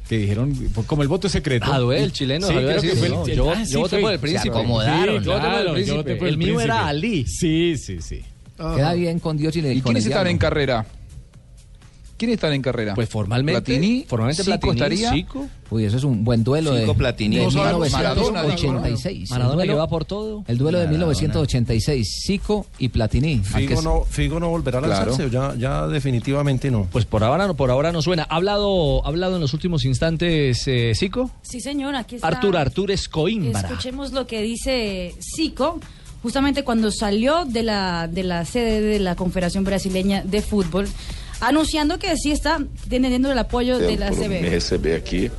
Speaker 15: que dijeron, pues, como el voto es secreto.
Speaker 6: Ah, duele, el chileno,
Speaker 15: Sí,
Speaker 6: salió a
Speaker 15: creo que
Speaker 6: decir,
Speaker 15: fue el-
Speaker 6: no,
Speaker 15: el-
Speaker 6: yo-
Speaker 15: ah, sí,
Speaker 6: yo voté
Speaker 15: fue
Speaker 6: por el
Speaker 15: se
Speaker 6: príncipe.
Speaker 15: acomodaron,
Speaker 6: Sí, yo voté por el
Speaker 15: claro,
Speaker 6: príncipe.
Speaker 15: yo voté por
Speaker 6: El mío era
Speaker 15: príncipe.
Speaker 6: Ali.
Speaker 15: Sí, sí, sí.
Speaker 9: Mm. Queda bien con Dios y le
Speaker 16: ¿Y
Speaker 9: con el
Speaker 16: quiénes están
Speaker 9: diablo.
Speaker 16: en carrera? ¿Quiénes están en carrera?
Speaker 6: Pues formalmente.
Speaker 16: Platini,
Speaker 6: formalmente
Speaker 16: Zico
Speaker 6: Platini,
Speaker 16: estaría.
Speaker 6: Zico.
Speaker 9: Uy, eso es un buen duelo de,
Speaker 11: Cinco Platini.
Speaker 9: de
Speaker 11: No sabemos,
Speaker 9: 1986.
Speaker 6: Maradona
Speaker 9: El duelo-
Speaker 6: que va por todo.
Speaker 9: El duelo de
Speaker 6: Maradona.
Speaker 9: 1986, Zico y Platini. al que
Speaker 7: Figo no, Figo no volverá a
Speaker 9: Claro.
Speaker 7: lanzarse, ya, ya definitivamente no.
Speaker 6: Pues por ahora no, por ahora no suena. ¿Ha hablado, ha hablado en los últimos instantes eh, Zico?
Speaker 22: Sí, señor, aquí está.
Speaker 6: Artur Artures Coimbra.
Speaker 22: Escuchemos lo que dice Zico, justamente cuando salió de la, de la sede de la Confederación Brasileña de Fútbol, anunciando que sí está teniendo el apoyo de la
Speaker 25: por me
Speaker 22: CB.
Speaker 25: receber aqui.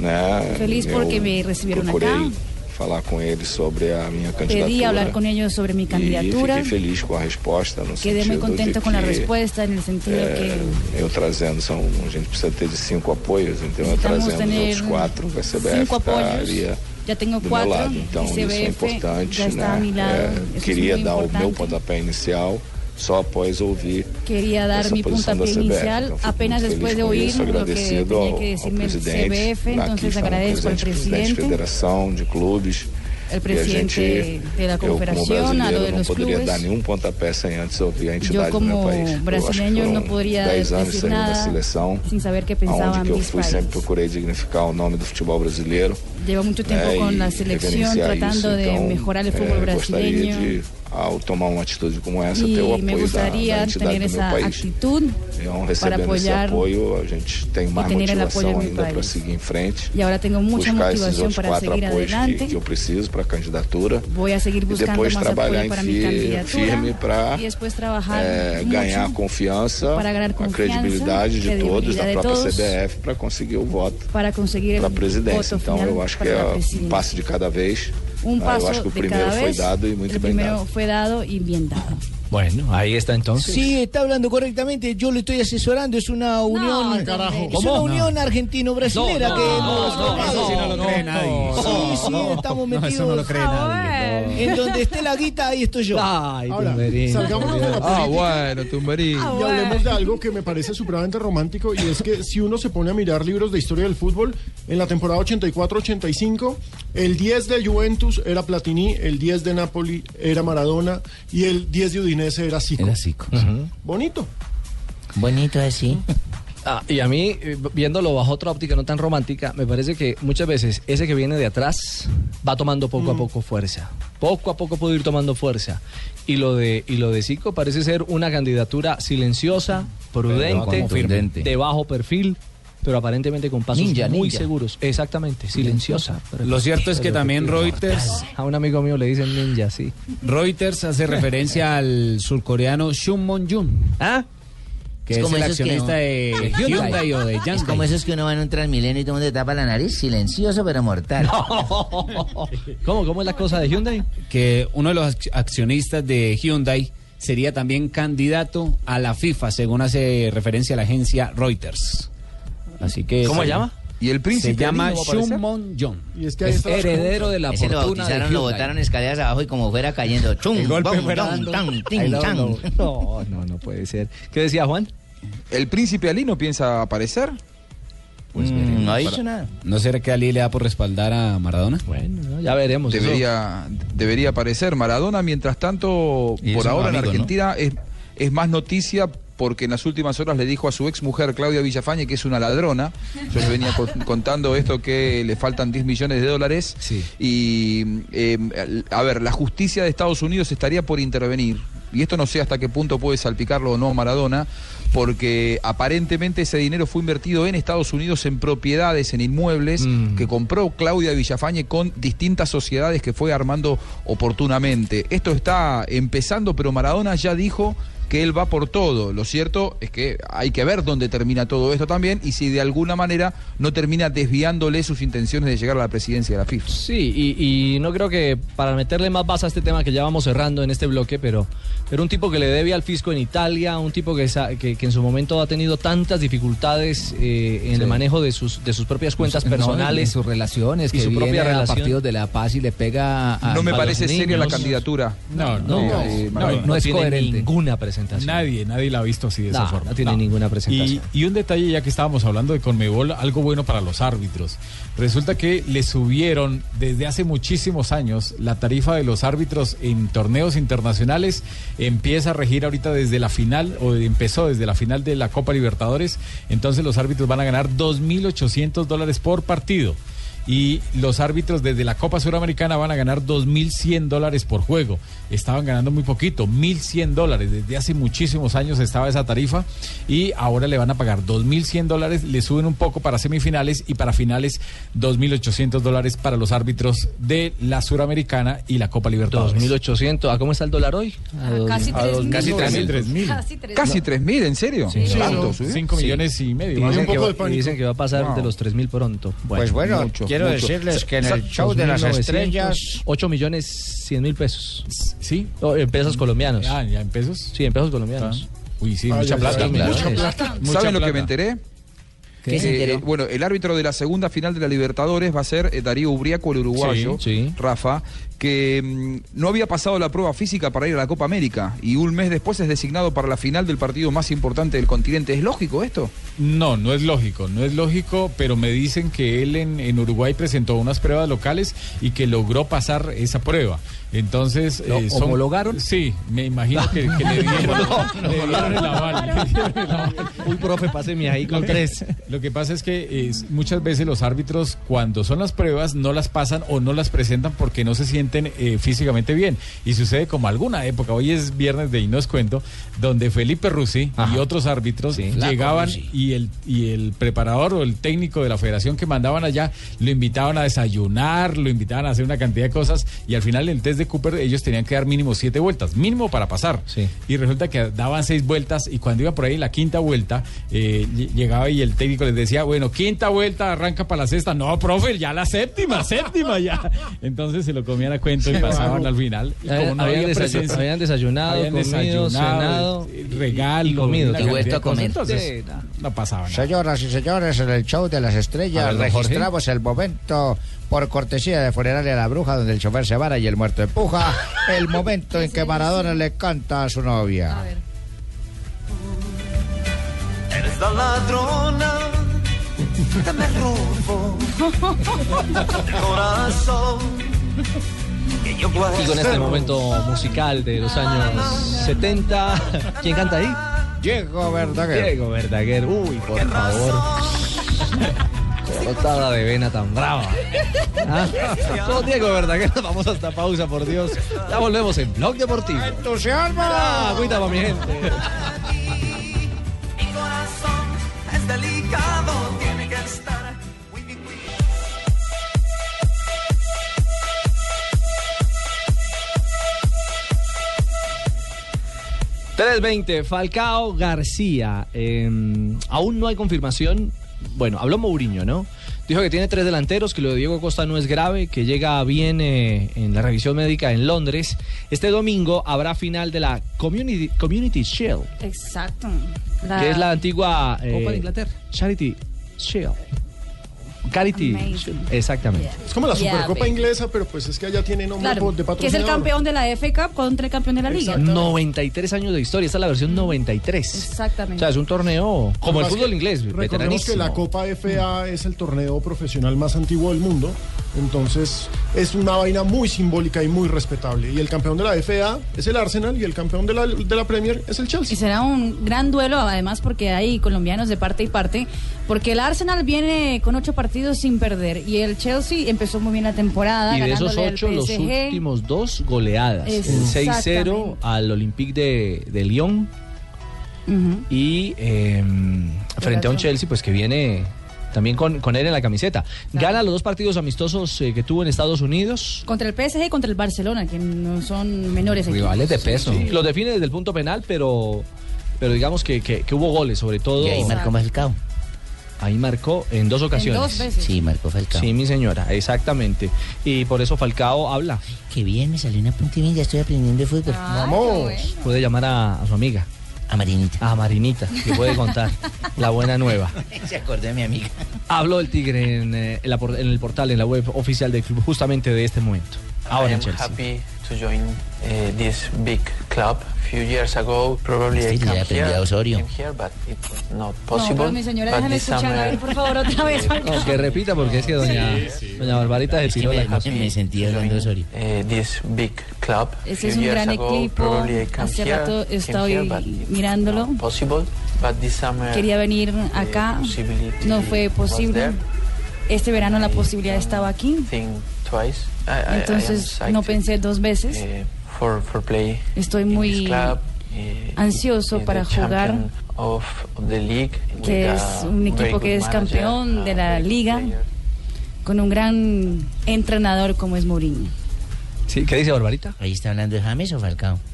Speaker 25: Né?
Speaker 22: Feliz porque
Speaker 25: Eu
Speaker 22: me recibieron acá.
Speaker 25: procurei falar com ele sobre a minha
Speaker 22: Pedí hablar
Speaker 25: candidatura
Speaker 22: con ellos sobre mi
Speaker 25: e
Speaker 22: candidatura.
Speaker 25: fiquei feliz com a resposta, no
Speaker 22: Quedé muy
Speaker 25: sentido de
Speaker 22: contento con la
Speaker 25: que eh,
Speaker 22: respuesta en el sentido
Speaker 25: é,
Speaker 22: que
Speaker 25: eu trazendo, são, a gente precisa ter de cinco apoios, então eu
Speaker 22: Necesitamos
Speaker 25: trazendo os
Speaker 22: tener
Speaker 25: outros quatro, a CBF
Speaker 22: cinco apoios.
Speaker 25: estaria
Speaker 22: ya tengo
Speaker 25: tá eh, do meu
Speaker 22: cuatro
Speaker 25: lado. Então
Speaker 22: y
Speaker 25: isso é
Speaker 22: CBF
Speaker 25: importante,
Speaker 22: ya está a mi lado.
Speaker 25: né?
Speaker 22: Eso
Speaker 25: É,
Speaker 22: es
Speaker 25: queria
Speaker 22: muy
Speaker 25: dar o meu
Speaker 22: importante.
Speaker 25: pontapé inicial só após ouvir
Speaker 22: Quería dar
Speaker 25: esa
Speaker 22: mi
Speaker 25: posición
Speaker 22: puntapié
Speaker 25: de CBF.
Speaker 22: inicial
Speaker 25: Yo fui
Speaker 22: apenas
Speaker 25: muy
Speaker 22: después
Speaker 25: feliz
Speaker 22: de
Speaker 25: con
Speaker 22: oír
Speaker 25: eso,
Speaker 22: lo que
Speaker 25: agradecido
Speaker 22: tenía
Speaker 25: ao-
Speaker 22: que
Speaker 25: ao
Speaker 22: decirme el
Speaker 25: presidente.
Speaker 22: CBF,
Speaker 25: Aqui
Speaker 22: entonces
Speaker 25: está o
Speaker 22: agradezco al
Speaker 25: presidente de
Speaker 22: presidente,
Speaker 25: federação de
Speaker 22: el
Speaker 25: clubes. E a gente,
Speaker 22: presidente de la
Speaker 25: eu, como
Speaker 22: Confederación, a lo
Speaker 25: brasileiro,
Speaker 22: de
Speaker 25: não
Speaker 22: los
Speaker 25: poderia dar
Speaker 22: clubes.
Speaker 25: nenhum pontapé sem antes ouvir a entidade
Speaker 22: Yo
Speaker 25: do meu
Speaker 22: como
Speaker 25: país. Eu acho que
Speaker 22: brasileño no
Speaker 25: foram
Speaker 22: podría
Speaker 25: 10 anos
Speaker 22: decir
Speaker 25: servindo a
Speaker 22: nada
Speaker 25: seleção,
Speaker 22: sin saber qué
Speaker 25: aonde
Speaker 22: pensaban
Speaker 25: que eu
Speaker 22: mis
Speaker 25: fui
Speaker 22: países.
Speaker 25: sempre procurei dignificar o nome do futebol brasileiro.
Speaker 22: Llevo mucho tiempo
Speaker 25: né,
Speaker 22: con
Speaker 25: e
Speaker 22: la selección
Speaker 25: reverenciar
Speaker 22: tratando
Speaker 25: isso.
Speaker 22: de
Speaker 25: Então,
Speaker 22: mejorar el
Speaker 25: eh,
Speaker 22: fútbol
Speaker 25: gostaria
Speaker 22: brasileño
Speaker 25: de, ao tomar uma atitude como essa, ter o
Speaker 22: y me
Speaker 25: apoio da, da
Speaker 22: gustaría
Speaker 25: entidade
Speaker 22: tener
Speaker 25: do meu
Speaker 22: esa
Speaker 25: país.
Speaker 22: actitud
Speaker 25: Então,
Speaker 22: para
Speaker 25: recebendo esse
Speaker 22: apoiar
Speaker 25: apoio, a gente tem mais
Speaker 22: tener el apoyo
Speaker 25: motivação
Speaker 22: de mi
Speaker 25: ainda para
Speaker 22: país.
Speaker 25: seguir em frente.
Speaker 22: y ahora tengo mucha
Speaker 25: buscar esses
Speaker 22: motivación
Speaker 25: outros
Speaker 22: para
Speaker 25: quatro
Speaker 22: seguir
Speaker 25: apoios que,
Speaker 22: adelante.
Speaker 25: que eu preciso para a candidatura.
Speaker 22: Voy a seguir
Speaker 25: E
Speaker 22: buscando
Speaker 25: depois
Speaker 22: más
Speaker 25: trabalhar
Speaker 22: apoyo
Speaker 25: em
Speaker 22: para mi
Speaker 25: fi, firme
Speaker 22: candidatura
Speaker 25: para
Speaker 22: y después trabajar
Speaker 25: eh,
Speaker 22: mucho
Speaker 25: ganhar confiança,
Speaker 22: para ganhar
Speaker 25: a
Speaker 22: confiança,
Speaker 25: credibilidade de
Speaker 22: credibilidade
Speaker 25: todos, da
Speaker 22: de
Speaker 25: própria
Speaker 22: todos.
Speaker 25: CBF, para conseguir o voto
Speaker 22: para conseguir
Speaker 25: para
Speaker 22: el
Speaker 25: a
Speaker 22: voto
Speaker 25: presidência. Então,
Speaker 22: final
Speaker 25: eu acho que
Speaker 22: para la
Speaker 25: é um
Speaker 22: presidencia.
Speaker 25: passo de cada vez.
Speaker 22: Un
Speaker 25: Ah,
Speaker 22: paso
Speaker 25: eu acho que o
Speaker 22: de
Speaker 25: primeiro
Speaker 22: cada
Speaker 25: foi
Speaker 22: vez.
Speaker 25: dado e muito
Speaker 22: El
Speaker 25: bem dado.
Speaker 22: primero fue dado y bien dado.
Speaker 6: Bueno, ahí está entonces.
Speaker 19: Sí, está hablando correctamente. Yo le estoy asesorando. Es una unión.
Speaker 6: carajo.
Speaker 19: Es
Speaker 6: ¿Cómo?
Speaker 19: una
Speaker 6: No.
Speaker 19: unión argentino-brasilera
Speaker 6: No, no,
Speaker 19: que
Speaker 6: no,
Speaker 19: hemos
Speaker 6: no,
Speaker 19: formado.
Speaker 6: eso sí no lo cree nadie.
Speaker 19: Sí, sí,
Speaker 6: No,
Speaker 19: estamos
Speaker 6: no, eso
Speaker 19: metidos.
Speaker 6: no lo cree nadie, no.
Speaker 19: En donde esté la guita, ahí estoy yo.
Speaker 6: Ay,
Speaker 14: salgamos de la
Speaker 16: Ah,
Speaker 14: política.
Speaker 16: bueno, Tumberín.
Speaker 19: Ah,
Speaker 14: Y hablemos de algo que me parece supremamente romántico y es que si uno se pone a mirar libros de historia del fútbol, en la temporada 84-85, el 10 de Juventus era Platini, el 10 de Napoli era Maradona y el 10 de Udinese era Zico. Era
Speaker 9: Zico.
Speaker 14: Bonito.
Speaker 24: Bonito eh, así.
Speaker 6: Ah, y a mí, eh, viéndolo bajo otra óptica no tan romántica, me parece que muchas veces ese que viene de atrás va tomando poco a
Speaker 17: Mm.
Speaker 6: poco fuerza. Poco a poco puede ir tomando fuerza. Y lo de y lo de Zico parece ser una candidatura silenciosa, prudente,
Speaker 11: contundente.
Speaker 6: de bajo perfil, pero aparentemente con pasos
Speaker 11: Ninja,
Speaker 6: muy
Speaker 11: ninja.
Speaker 6: seguros. Exactamente, silenciosa.
Speaker 17: Lo cierto es que
Speaker 6: Pero
Speaker 17: también
Speaker 6: efectiva.
Speaker 17: Reuters-
Speaker 6: A un amigo mío le dicen ninja, sí.
Speaker 17: Reuters hace referencia al surcoreano Shun Mon Jun.
Speaker 6: ¿Ah?
Speaker 17: Que es, el accionista de Hyundai o de
Speaker 24: Es como
Speaker 17: Hyundai.
Speaker 24: esos que uno va en un transmilenio y todo el mundo te tapa la nariz, silencioso pero mortal.
Speaker 6: ¿Cómo, ¿Cómo es la cosa de Hyundai?
Speaker 17: Que uno de los ac- accionistas de Hyundai sería también candidato a la FIFA, según hace referencia la agencia Reuters. Así que
Speaker 16: ¿Cómo se llama?
Speaker 17: ¿Y el
Speaker 16: príncipe
Speaker 17: Se llama
Speaker 16: niño va a aparecer?
Speaker 17: Shun Mon Jun.
Speaker 14: Y es
Speaker 24: ahí está la pregunta. Ese lo bautizaron, lo
Speaker 17: Hyundai.
Speaker 24: botaron escaleras abajo y como fuera cayendo. Chum,
Speaker 17: El golpe
Speaker 24: bom,
Speaker 17: fuera
Speaker 24: dom,
Speaker 17: dando.
Speaker 24: tam, tin,
Speaker 17: Ahí lo-
Speaker 24: chan.
Speaker 17: lo-
Speaker 6: No, Ah, no, no puede ser. ¿Qué decía Juan?
Speaker 16: ¿El príncipe Ali no piensa aparecer?
Speaker 17: Pues
Speaker 6: Mm,
Speaker 24: veremos.
Speaker 17: no
Speaker 24: ha dicho nada.
Speaker 17: ¿No será que Ali le da por respaldar a Maradona?
Speaker 6: Bueno, ya veremos.
Speaker 16: Debería, debería aparecer. Maradona, mientras tanto,
Speaker 17: Y es
Speaker 16: por
Speaker 17: un
Speaker 16: ahora en
Speaker 17: amigo, ¿no?
Speaker 16: Argentina es, es más noticia porque en las últimas horas le dijo a su ex mujer Claudia Villafañe que es una ladrona. Yo le venía co- contando esto que le faltan 10 millones de dólares. Y, eh, a ver, la justicia de Estados Unidos estaría por intervenir. Y esto no sé hasta qué punto puede salpicarlo o no Maradona, porque aparentemente ese dinero fue invertido en Estados Unidos en propiedades, en inmuebles, que compró Claudia Villafañe con distintas sociedades que fue armando oportunamente. Esto está empezando, pero Maradona ya dijo que él va por todo. Lo cierto es que hay que ver dónde termina todo esto también y si de alguna manera no termina desviándole sus intenciones de llegar a la presidencia de la FIFA.
Speaker 6: Sí, y, y no creo que para meterle más base a este tema que ya vamos cerrando en este bloque, pero, pero un tipo que le debe al fisco en Italia, un tipo que, sa- que, que que en su momento ha tenido tantas dificultades eh, en
Speaker 9: Sí.
Speaker 6: el manejo de sus, de sus propias cuentas
Speaker 9: No,
Speaker 6: personales.
Speaker 9: y sus relaciones,
Speaker 6: y
Speaker 9: que
Speaker 6: su
Speaker 9: viene
Speaker 6: propia
Speaker 9: a
Speaker 6: relación.
Speaker 9: partidos de la paz y le pega a
Speaker 6: No me
Speaker 9: a los
Speaker 6: parece seria la
Speaker 9: niños.
Speaker 6: candidatura.
Speaker 15: No,
Speaker 9: no,
Speaker 15: no,
Speaker 9: eh,
Speaker 15: no,
Speaker 9: no,
Speaker 15: y
Speaker 9: no es
Speaker 15: tiene
Speaker 9: coherente.
Speaker 6: ninguna presentación.
Speaker 15: Nadie, nadie la ha visto así de esa
Speaker 6: No,
Speaker 15: forma.
Speaker 6: no tiene ninguna presentación.
Speaker 15: Y, y un detalle ya que estábamos hablando de Conmebol, algo bueno para los árbitros. Resulta que le subieron desde hace muchísimos años la tarifa de los árbitros en torneos internacionales. Empieza a regir ahorita desde la final, o empezó desde la final de la Copa Libertadores. Entonces los árbitros van a ganar 2.800 dólares por partido y los árbitros desde la Copa Suramericana van a ganar 2.100 dólares por juego. Estaban ganando muy poquito, 1.100 dólares. Desde hace muchísimos años estaba esa tarifa y ahora le van a pagar 2.100 dólares, le suben un poco para semifinales y para finales 2.800 dólares para los árbitros de la Suramericana y la Copa Libertadores.
Speaker 6: 2.800, ¿a Ah, cómo está el dólar hoy?
Speaker 15: casi
Speaker 6: a dos-
Speaker 15: 3.000.
Speaker 6: casi
Speaker 15: Casi
Speaker 6: 3.000.
Speaker 15: 3.000.
Speaker 6: Casi
Speaker 16: Casi 3.000, ¿en serio?
Speaker 6: Sí.
Speaker 16: ¿Tanto?
Speaker 6: Sí.
Speaker 16: ¿sí?
Speaker 15: Cinco millones y medio.
Speaker 6: Y
Speaker 15: Hay
Speaker 6: dicen,
Speaker 15: un
Speaker 6: que
Speaker 15: poco
Speaker 6: va,
Speaker 15: de pánico.
Speaker 6: y dicen que va a pasar
Speaker 15: Wow.
Speaker 6: de los 3.000 pronto.
Speaker 15: Pues bueno, quiero
Speaker 9: decirles que en el show de las estrellas-
Speaker 6: 8 millones 100 mil pesos.
Speaker 15: ¿Sí?
Speaker 6: en pesos colombianos.
Speaker 15: Ah, ¿ya en pesos?
Speaker 6: Sí, en pesos colombianos.
Speaker 15: Uy, sí,
Speaker 6: Ah,
Speaker 15: mucha
Speaker 6: ya,
Speaker 15: plata.
Speaker 6: sí, claro. Mucha plata.
Speaker 16: ¿Saben lo que me enteré?
Speaker 6: ¿Qué
Speaker 16: Que,
Speaker 6: se enteró?
Speaker 16: eh, bueno, el árbitro de la segunda final de la Libertadores va a ser eh, Darío Ubriaco, el uruguayo,
Speaker 6: Sí,
Speaker 16: Rafa, que mm, no había pasado la prueba física para ir a la Copa América y un mes después es designado para la final del partido más importante del continente. ¿Es lógico esto?
Speaker 15: No, no es lógico, no es lógico, pero me dicen que él en, en Uruguay presentó unas pruebas locales y que logró pasar esa prueba. Entonces,
Speaker 9: ¿Lo
Speaker 15: homologaron? Sí, me imagino que, que le dieron, le dieron el aval. le dieron el aval.
Speaker 6: Un profe, páseme ahí con tres.
Speaker 15: Lo que pasa es que es, muchas veces los árbitros cuando son las pruebas no las pasan o no las presentan porque no se sienten eh, físicamente bien. Y sucede como alguna época, hoy es viernes de y no os cuento, donde Felipe Rusi y otros árbitros llegaban y el, y el preparador o el técnico de la federación que mandaban allá lo invitaban a desayunar, lo invitaban a hacer una cantidad de cosas y al final en el test de Cooper ellos tenían que dar mínimo siete vueltas, mínimo para pasar. Y resulta que daban seis vueltas y cuando iba por ahí la quinta vuelta, eh, ll- llegaba y el técnico les decía, bueno, quinta vuelta, arranca para la sexta. No, profe, ya la séptima, séptima ya. Entonces se lo comían a cuento y
Speaker 6: Sí,
Speaker 15: pasaban
Speaker 6: claro.
Speaker 15: al final. Y como
Speaker 6: Habían
Speaker 15: no había
Speaker 6: desayu-
Speaker 15: presencia,
Speaker 6: habían desayunado,
Speaker 15: habían
Speaker 6: comido, cenado,
Speaker 15: eh, regalo,
Speaker 6: y comido.
Speaker 15: una
Speaker 6: Y vuelto
Speaker 15: cantidad
Speaker 6: a
Speaker 15: de cosas.
Speaker 6: comer.
Speaker 15: Entonces,
Speaker 6: Sí,
Speaker 15: no pasaban.
Speaker 9: Señoras y señores, en el show de las
Speaker 15: A
Speaker 9: estrellas
Speaker 15: ver, don Jorge.
Speaker 9: registramos el momento por cortesía de Funeraria La Bruja, donde el chofer se vara y el muerto empuja, el momento en que Maradona le canta a su novia.
Speaker 5: Eres la ladrona que me robó el corazón que yo guardé.
Speaker 6: Y con este momento musical de los años 70, ¿quién canta ahí?
Speaker 9: Diego Verdaguer.
Speaker 6: Diego Verdaguer, uy, por favor. Cortada de vena tan brava. Ah, Con Diego Verdaguer, vamos hasta pausa, por Dios. Ya volvemos en Blog Deportivo.
Speaker 9: ¡Entusiasmo!
Speaker 6: Ah, cuidado, mi gente.
Speaker 5: Mi corazón es delicado, tiene que estar.
Speaker 6: Tres 3.20, Falcao García. Eh, aún no hay confirmación. Bueno, habló Mourinho, ¿no? Dijo que tiene tres delanteros, que lo de Diego Costa no es grave, que llega bien eh, en la revisión médica en Londres. Este domingo habrá final de la Community, community Shield,
Speaker 22: Exacto.
Speaker 6: que es la antigua... eh,
Speaker 22: Copa de Inglaterra.
Speaker 6: Charity Shield. Charity
Speaker 22: Amazing.
Speaker 6: Shield, exactamente.
Speaker 14: Es como la
Speaker 22: Yeah,
Speaker 14: Supercopa
Speaker 22: baby.
Speaker 14: inglesa, pero pues es que allá tiene nombre
Speaker 22: Claro,
Speaker 14: de patrocinador.
Speaker 22: que es el campeón de la FA Cup contra el campeón de la Liga.
Speaker 6: 93 años de historia, esta es la
Speaker 22: Mm.
Speaker 6: versión 93. O
Speaker 22: Exactamente.
Speaker 6: sea, es un torneo como el
Speaker 14: Además
Speaker 6: fútbol
Speaker 14: que
Speaker 6: inglés,
Speaker 14: Recordemos que
Speaker 6: veteranísimo.
Speaker 14: la Copa FA es el torneo profesional más antiguo del mundo, entonces es una vaina muy simbólica y muy respetable. Y el campeón de la FA es el Arsenal y el campeón de la, de la Premier es el Chelsea.
Speaker 22: Y será un gran duelo, además, porque hay colombianos de parte y parte, porque el Arsenal viene con ocho partidos sin perder y el Chelsea empezó muy bien la temporada.
Speaker 6: Y de esos
Speaker 22: ganándole al
Speaker 6: ocho, los
Speaker 22: PSG.
Speaker 6: últimos dos goleadas. El 6-0 al Olympique de, de Lyon
Speaker 22: Ujú.
Speaker 6: y eh, frente a un Chelsea pues que viene también con, con él en la camiseta. Gana los dos partidos amistosos eh, que tuvo en Estados Unidos.
Speaker 22: Contra el PSG y contra el Barcelona, que no son menores. equipos.
Speaker 6: Sí, Los define desde el punto penal, pero, pero digamos que, que- que hubo goles, sobre todo.
Speaker 24: Y ahí marcó Falcao.
Speaker 6: Ahí marcó en dos ocasiones.
Speaker 24: dos veces. Sí, marcó Falcao.
Speaker 6: Sí, mi señora, exactamente. Y por eso Falcao habla.
Speaker 24: Qué bien, me salió una punta y bien, ya estoy aprendiendo de fútbol.
Speaker 6: Puede llamar a, a su amiga. A Marinita. A Marinita, que puede contar. la buena nueva.
Speaker 24: Se acordó de mi amiga.
Speaker 6: Habló el Tigre en, eh, en la por- en el portal, en la web oficial del club, justamente de este momento.
Speaker 26: I
Speaker 6: Ahora en
Speaker 26: am
Speaker 6: Chelsea.
Speaker 26: happy to join uh, this big club. few years ago, probably I
Speaker 24: Este le
Speaker 26: came
Speaker 24: ha aprendido
Speaker 26: here,
Speaker 24: a Osorio.
Speaker 26: came here, but it was not
Speaker 22: No,
Speaker 26: possible.
Speaker 22: pero mi señora,
Speaker 26: But
Speaker 22: déjame
Speaker 26: this
Speaker 22: escuchar, a
Speaker 26: summer,
Speaker 22: ver, por favor, otra vez.
Speaker 6: No, que repita porque es que doña, doña Barbarita se tiró la cosa.
Speaker 24: Me sentí hablando de Osorio.
Speaker 26: uh, this big club.
Speaker 22: Ese
Speaker 26: few
Speaker 22: es un
Speaker 26: years
Speaker 22: gran
Speaker 26: ago,
Speaker 22: equipo.
Speaker 26: probably I came
Speaker 22: Hace
Speaker 26: here,
Speaker 22: rato
Speaker 26: came here,
Speaker 22: estoy
Speaker 26: but
Speaker 22: mirándolo.
Speaker 26: possible, but this summer
Speaker 22: Quería venir
Speaker 26: the
Speaker 22: acá.
Speaker 26: possibility
Speaker 22: No fue
Speaker 26: Eh, was
Speaker 22: posible.
Speaker 26: there. uh,
Speaker 22: Este verano la posibilidad estaba aquí.
Speaker 26: Think twice. I- I- I am
Speaker 22: Entonces no
Speaker 26: psyched,
Speaker 22: pensé dos veces.
Speaker 26: eh, for, for play
Speaker 22: Estoy
Speaker 26: in this
Speaker 22: muy
Speaker 26: club, eh,
Speaker 22: ansioso
Speaker 26: the
Speaker 22: para
Speaker 26: champion
Speaker 22: jugar,
Speaker 26: of the league with
Speaker 22: que
Speaker 26: a
Speaker 22: es un
Speaker 26: very
Speaker 22: equipo
Speaker 26: good
Speaker 22: que es
Speaker 26: manager,
Speaker 22: campeón de la liga, con un gran entrenador como es Mourinho.
Speaker 6: Sí, ¿qué dice Barbarita?
Speaker 24: Ahí está hablando de James o Falcao.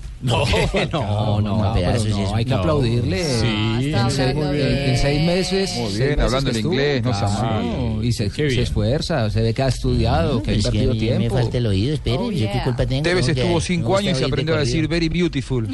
Speaker 24: no,
Speaker 6: No,
Speaker 24: no,
Speaker 9: pero
Speaker 24: pedazos
Speaker 9: no,
Speaker 24: eso.
Speaker 9: hay que aplaudirle.
Speaker 24: Sí,
Speaker 9: en, seis,
Speaker 24: muy bien.
Speaker 9: en- en seis meses.
Speaker 16: Muy
Speaker 9: seis
Speaker 16: bien,
Speaker 9: meses
Speaker 16: hablando
Speaker 9: que
Speaker 16: en
Speaker 9: estuvo,
Speaker 16: inglés, no está
Speaker 9: claro, Y se, se esfuerza, se ve que ha estudiado,
Speaker 24: No,
Speaker 9: que ha
Speaker 24: pues que a
Speaker 9: invertido
Speaker 24: mí me
Speaker 9: tiempo.
Speaker 24: falta el oído, espere,
Speaker 9: Oh,
Speaker 24: yo qué
Speaker 9: yeah.
Speaker 24: culpa tengo.
Speaker 16: Tevez
Speaker 24: no, que
Speaker 16: estuvo
Speaker 24: no
Speaker 16: cinco
Speaker 24: está
Speaker 16: años y
Speaker 24: bien de
Speaker 16: aprendió a
Speaker 24: corrido.
Speaker 16: decir very beautiful.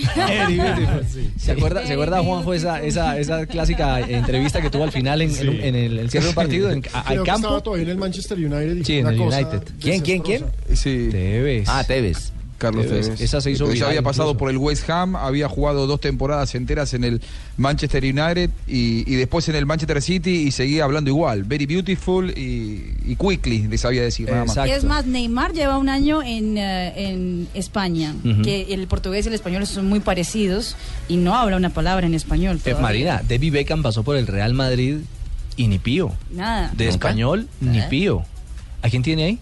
Speaker 6: ¿Se acuerda, ¿se acuerda Juanjo esa, esa, esa clásica eh, entrevista que tuvo al final en, en, un- en el, el cierre de un partido en, a- al
Speaker 14: Creo que estaba
Speaker 6: campo?
Speaker 14: todavía en el Manchester United. y
Speaker 6: Sí,
Speaker 14: fue
Speaker 6: en
Speaker 14: una
Speaker 6: el
Speaker 14: cosa
Speaker 6: United. ¿Quién, quién, quién?
Speaker 16: Sí.
Speaker 6: Tevez.
Speaker 16: Ah,
Speaker 9: Tevez.
Speaker 16: Carlos
Speaker 6: Tevez.
Speaker 16: Tevez.
Speaker 6: Esa se hizo
Speaker 16: Tevez
Speaker 6: viral
Speaker 16: había pasado
Speaker 6: incluso.
Speaker 16: por el West Ham, había jugado dos temporadas enteras en el Manchester United y, y después en el Manchester City y seguía hablando igual. Very beautiful y, y quickly, le sabía decir nada más.
Speaker 22: Y es más, Neymar lleva un año en, eh, en España,
Speaker 16: Ujú.
Speaker 22: que el portugués y el español son muy parecidos y no habla una palabra en español.
Speaker 6: Eh,
Speaker 22: todavía.
Speaker 6: Marina, Debbie Beckham pasó por el Real Madrid y ni pío.
Speaker 22: Nada.
Speaker 6: De español, ni
Speaker 22: ¿Eh?
Speaker 6: pío. ¿A quién tiene ahí?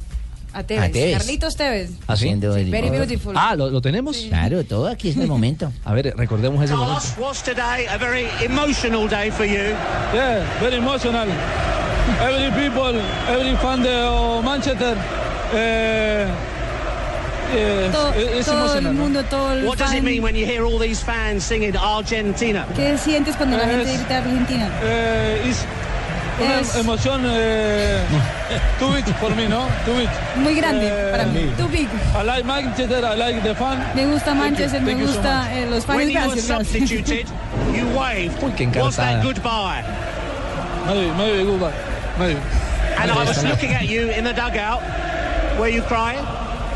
Speaker 22: A Tevez.
Speaker 6: A Tevez. ¿Ah,
Speaker 22: Carlitos Tevez.
Speaker 6: ¿Así?
Speaker 22: Very beautiful.
Speaker 6: Ah, ¿lo, lo tenemos? Claro, todo aquí es el momento. A ver, recordemos ese momento.
Speaker 27: Carlos, was today a very emotional day for you? Yeah, very emotional. Every people, every fan de oh, Manchester. eh, yes,
Speaker 22: Todo-
Speaker 27: it- it's
Speaker 22: todo el
Speaker 27: emotional, no?
Speaker 22: mundo, todo el
Speaker 27: What does it
Speaker 22: fan-
Speaker 27: mean when you hear all these fans singing Argentina?
Speaker 22: ¿Qué sientes cuando la gente
Speaker 27: Eh, Es-
Speaker 22: grita Argentina?
Speaker 27: Eh, es una
Speaker 22: Es-
Speaker 27: emoción eh, too big for me, ¿no? Too big.
Speaker 22: Muy grande
Speaker 27: Eh,
Speaker 22: para mí. Too big.
Speaker 27: I like Manchester, I like the fan.
Speaker 22: Me gusta
Speaker 27: Thank you,
Speaker 22: Manchester, me
Speaker 27: thank you so
Speaker 22: gusta,
Speaker 27: much.
Speaker 22: eh, los fans,
Speaker 27: When you were
Speaker 22: gracias, gracias.
Speaker 27: substituted, you waved.
Speaker 6: Uy, qué
Speaker 27: Was that
Speaker 6: encantada.
Speaker 27: goodbye? Maybe, maybe goodbye. Maybe. And I was looking at you in the dugout. Were you crying?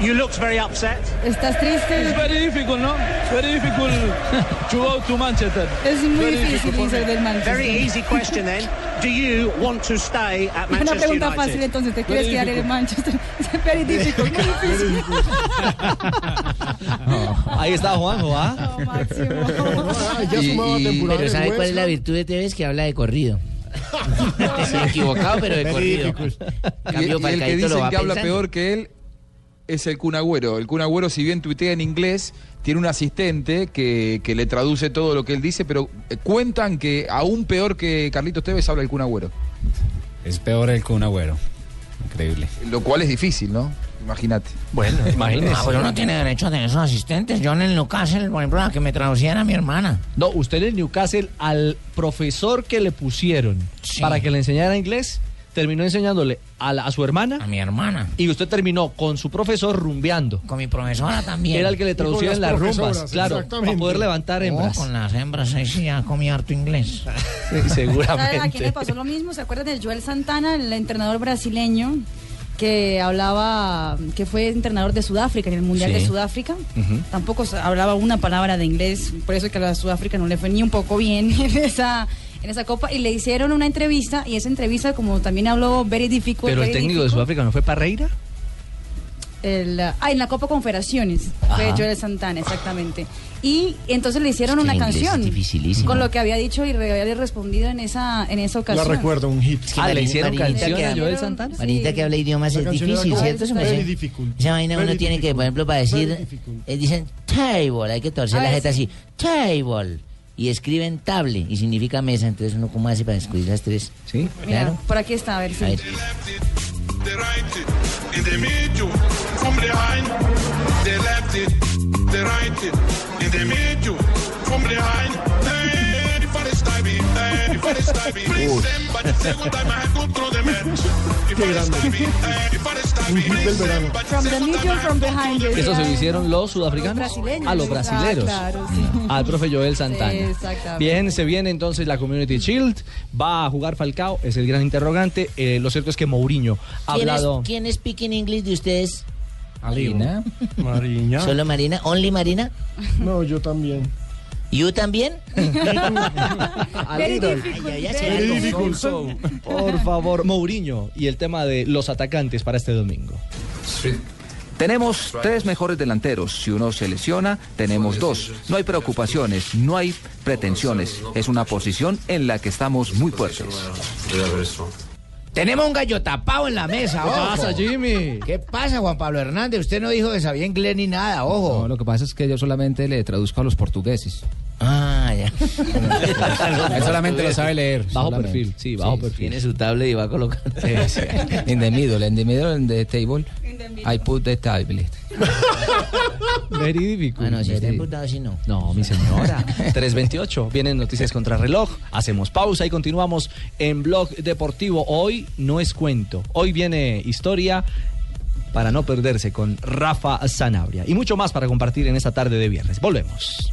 Speaker 27: You looked very upset.
Speaker 22: ¿Estás
Speaker 27: It's
Speaker 22: triste?
Speaker 27: very difficult, no? Very difficult to go to Manchester.
Speaker 22: Es muy
Speaker 27: Very
Speaker 22: difícil
Speaker 27: difficult
Speaker 22: irse
Speaker 27: for me.
Speaker 22: del Manchester.
Speaker 27: Very easy question then. Do you want to stay at
Speaker 22: Una
Speaker 27: Manchester
Speaker 22: pregunta
Speaker 27: United?
Speaker 22: fácil entonces, ¿te
Speaker 27: Very
Speaker 22: quieres quedar en
Speaker 27: difficult.
Speaker 22: Manchester? Very difficult, muy difícil.
Speaker 6: Ahí está Juanjo, ¿ah?
Speaker 24: Ah,
Speaker 6: ya sumaba temporada
Speaker 24: pero
Speaker 6: en
Speaker 24: ¿sabe
Speaker 6: West
Speaker 24: cuál es la
Speaker 6: Ham?
Speaker 24: virtud de Tevez? Que habla de corrido. Se ha equivocado, pero de
Speaker 16: Very
Speaker 24: corrido.
Speaker 16: Y-
Speaker 24: Cambio
Speaker 16: y, el que
Speaker 24: Falcaíto lo
Speaker 16: dicen
Speaker 24: va
Speaker 16: que habla
Speaker 24: pensando.
Speaker 16: peor que él es el Kun Agüero. El Kun Agüero, si bien tuitea en inglés, tiene un asistente que, que le traduce todo lo que él dice, pero eh, cuentan que aún peor que Carlitos Tevez habla el Kun Agüero.
Speaker 9: Es peor el que un agüero. Increíble.
Speaker 16: Lo cual es difícil, ¿no? Imagínate.
Speaker 6: Bueno,
Speaker 16: imagínese.
Speaker 24: Ah, pero uno tiene derecho a tener esos asistentes. Yo en el Newcastle, por ejemplo, a que me traduciera a mi hermana.
Speaker 6: No, usted en el Newcastle, al profesor que le pusieron para que le enseñara inglés, terminó enseñándole a, la- a su hermana. A
Speaker 24: mi hermana.
Speaker 6: Y usted terminó con su profesor rumbeando.
Speaker 24: Con mi profesora también.
Speaker 6: Era el que le traducía en las rumbas, claro, para poder levantar
Speaker 24: Oh,
Speaker 6: hembras.
Speaker 24: con las hembras, ahí sí ya comí harto inglés.
Speaker 22: ¿Sabe ¿A quién le pasó lo mismo? ¿Se acuerdan de Joel Santana, el entrenador brasileño que hablaba, que fue entrenador de Sudáfrica en el Mundial
Speaker 24: Sí.
Speaker 22: de Sudáfrica? Tampoco sa- hablaba una palabra de inglés, por eso es que a Sudáfrica no le fue ni un poco bien en esa, en esa copa. Y le hicieron una entrevista, y esa entrevista, como también habló Very Difficult.
Speaker 6: Pero el
Speaker 22: very
Speaker 6: técnico de
Speaker 22: difficult,
Speaker 6: Sudáfrica no fue Parreira.
Speaker 22: el, ah, en la Copa Confederaciones fue
Speaker 6: Ajá.
Speaker 22: Joel Santana, exactamente. Y entonces le hicieron una
Speaker 24: inglés es
Speaker 22: canción
Speaker 24: dificilísimo.
Speaker 22: con lo que había dicho y re- había respondido en esa, en esa
Speaker 14: La
Speaker 22: ocasión.
Speaker 14: recuerdo, un hit.
Speaker 24: Es que Marinita que- Marinita que habla idiomas
Speaker 14: La
Speaker 24: es
Speaker 14: canción era
Speaker 24: difícil,
Speaker 14: como
Speaker 24: ¿cierto?
Speaker 14: very
Speaker 24: Sumerse?
Speaker 14: difficult.
Speaker 24: Esa vaina uno
Speaker 14: Very
Speaker 24: tiene que, por ejemplo, para decir, eh, dicen table, hay que torcer
Speaker 22: A
Speaker 24: la
Speaker 22: ver,
Speaker 24: jeta
Speaker 22: sí.
Speaker 24: así, table. Y escriben table y significa mesa, entonces uno cómo hace para escribir las tres. Sí,
Speaker 22: Mira,
Speaker 24: claro.
Speaker 22: por aquí está, a ver si.
Speaker 24: A ver.
Speaker 23: They right it in the middle, from behind. They left it, they right it in the middle, from behind. Hey, the first time, hey, the first time. Please, but the second time I had control the match. The first time, hey, the first time.
Speaker 14: un hit del verano.
Speaker 28: From the middle, from behind. yo
Speaker 6: Eso se lo
Speaker 28: decía,
Speaker 6: hicieron los sudafricanos
Speaker 28: brasileños.
Speaker 6: a los brasileros.
Speaker 28: Ah, claro, sí.
Speaker 6: Al profe Joel Santana.
Speaker 28: Exactamente.
Speaker 6: Bien, se viene entonces la Community Shield. Va a jugar Falcao, es el gran interrogante. Eh, lo cierto es que Mourinho ha
Speaker 24: ¿Quién es,
Speaker 6: hablado.
Speaker 24: ¿Quién speak in English de ustedes?
Speaker 6: Marina.
Speaker 14: Marina.
Speaker 24: ¿Solo Marina? ¿Only Marina?
Speaker 14: No, yo también.
Speaker 24: ¿You también? Very difficult. Ay, ay, ay, se Very la difficult.
Speaker 6: Por favor, Mourinho y el tema de los atacantes para este domingo.
Speaker 29: Tenemos tres mejores delanteros. Si uno se lesiona, tenemos dos. No hay preocupaciones, no hay pretensiones. Es una posición en la que estamos muy fuertes.
Speaker 3: Tenemos un gallo tapado en la mesa,
Speaker 29: ¿Qué
Speaker 3: ojo.
Speaker 29: pasa,
Speaker 6: Jimmy?
Speaker 3: ¿Qué pasa, Juan Pablo Hernández? Usted no dijo que sabía inglés ni nada, ojo.
Speaker 9: No, lo que pasa es que yo solamente le traduzco a los portugueses.
Speaker 3: Ah, ya.
Speaker 9: Él solamente lo sabe leer.
Speaker 11: Bajo
Speaker 9: perfil, sí, bajo perfil.
Speaker 11: Tiene su tablet y va colocando.
Speaker 9: In the middle, in the middle in the table, I put the tablet.
Speaker 6: Verídico.
Speaker 24: Bueno, si está imputado, si no.
Speaker 6: No, mi señora. 328. Vienen noticias contra reloj. Hacemos pausa y continuamos en Blog Deportivo. Hoy no es cuento. Hoy viene historia para no perderse con Rafa Sanabria. Y mucho más para compartir en esta tarde de viernes. Volvemos.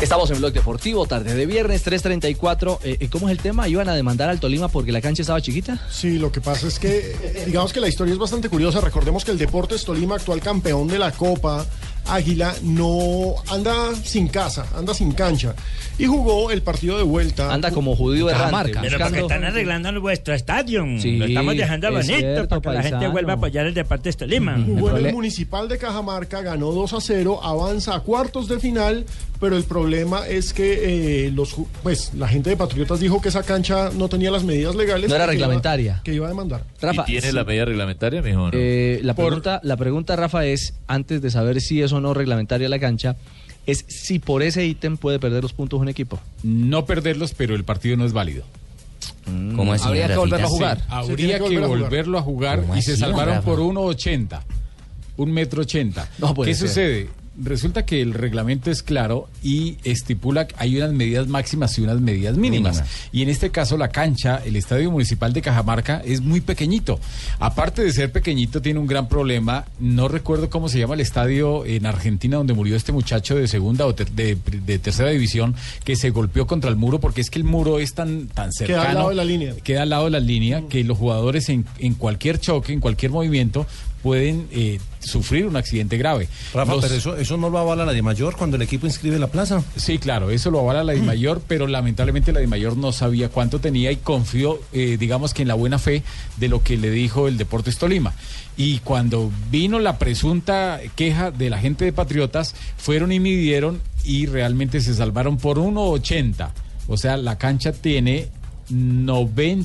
Speaker 6: Estamos en Blog Deportivo, tarde de viernes, 334. Eh, eh, ¿Cómo es el tema? ¿Iban a demandar al Tolima porque la cancha estaba chiquita?
Speaker 14: Sí, lo que pasa es que, eh, digamos que la historia es bastante curiosa. Recordemos que el Deportes Tolima, actual campeón de la Copa Águila, no anda sin casa, anda sin cancha. Y jugó el partido de vuelta.
Speaker 6: Anda como judío
Speaker 12: Pero porque están arreglando vuestro estadio. lo estamos dejando
Speaker 14: es
Speaker 12: bonito
Speaker 14: cierto,
Speaker 12: para que la gente
Speaker 14: paisano.
Speaker 12: vuelva a apoyar el Deportes Tolima.
Speaker 14: Jugó en el Municipal de Cajamarca, ganó 2 a 0, avanza a cuartos de final, pero el problema es que eh, los, ju- pues, la gente de Patriotas dijo que esa cancha no tenía las medidas legales.
Speaker 6: No era
Speaker 14: que iba-
Speaker 6: reglamentaria.
Speaker 14: Que iba a demandar.
Speaker 6: Rafa, sí.
Speaker 2: medida reglamentaria, mijo? no?
Speaker 6: Eh, la,
Speaker 2: Por-
Speaker 6: pregunta, la pregunta, Rafa, es, antes de saber si es o no reglamentaria la cancha, es si por ese ítem puede perder los puntos un equipo.
Speaker 15: No perderlos, pero el partido no es válido.
Speaker 2: ¿Cómo así,
Speaker 15: Habría que
Speaker 2: Rafita?
Speaker 15: volverlo a
Speaker 2: Sí.
Speaker 15: jugar.
Speaker 2: Se
Speaker 15: Habría
Speaker 2: tiene
Speaker 15: que,
Speaker 2: que volver a jugar.
Speaker 15: volverlo a jugar
Speaker 2: ¿Cómo
Speaker 15: y se
Speaker 2: así,
Speaker 15: salvaron
Speaker 2: Rafa?
Speaker 15: por 1,80. Un metro ochenta.
Speaker 2: No puede
Speaker 15: ¿Qué
Speaker 2: ser.
Speaker 15: sucede? Resulta que el reglamento es claro y estipula que hay unas medidas máximas y unas medidas mínimas. Y en este caso la cancha, el Estadio Municipal de Cajamarca es muy pequeñito. Aparte de ser pequeñito tiene un gran problema. No recuerdo cómo se llama el estadio en Argentina donde murió este muchacho de segunda o ter- de, de tercera división que se golpeó contra el muro porque es que el muro es tan, tan cercano
Speaker 14: Queda al lado de la línea.
Speaker 15: queda al lado de la línea, que los jugadores en, en cualquier choque, en cualquier movimiento, pueden eh, sufrir un accidente grave.
Speaker 7: Rafa,
Speaker 15: Los-
Speaker 7: pero eso, eso no lo avala la de mayor cuando el equipo inscribe la plaza. Mm.
Speaker 15: Sí, claro, eso lo avala la de mayor, pero lamentablemente la de mayor no sabía cuánto tenía y confió, eh, digamos que en la buena fe de lo que le dijo el Deportes Tolima. Y cuando vino la presunta queja de la gente de Patriotas, fueron y midieron y realmente se salvaron por 1.80. O sea, la cancha tiene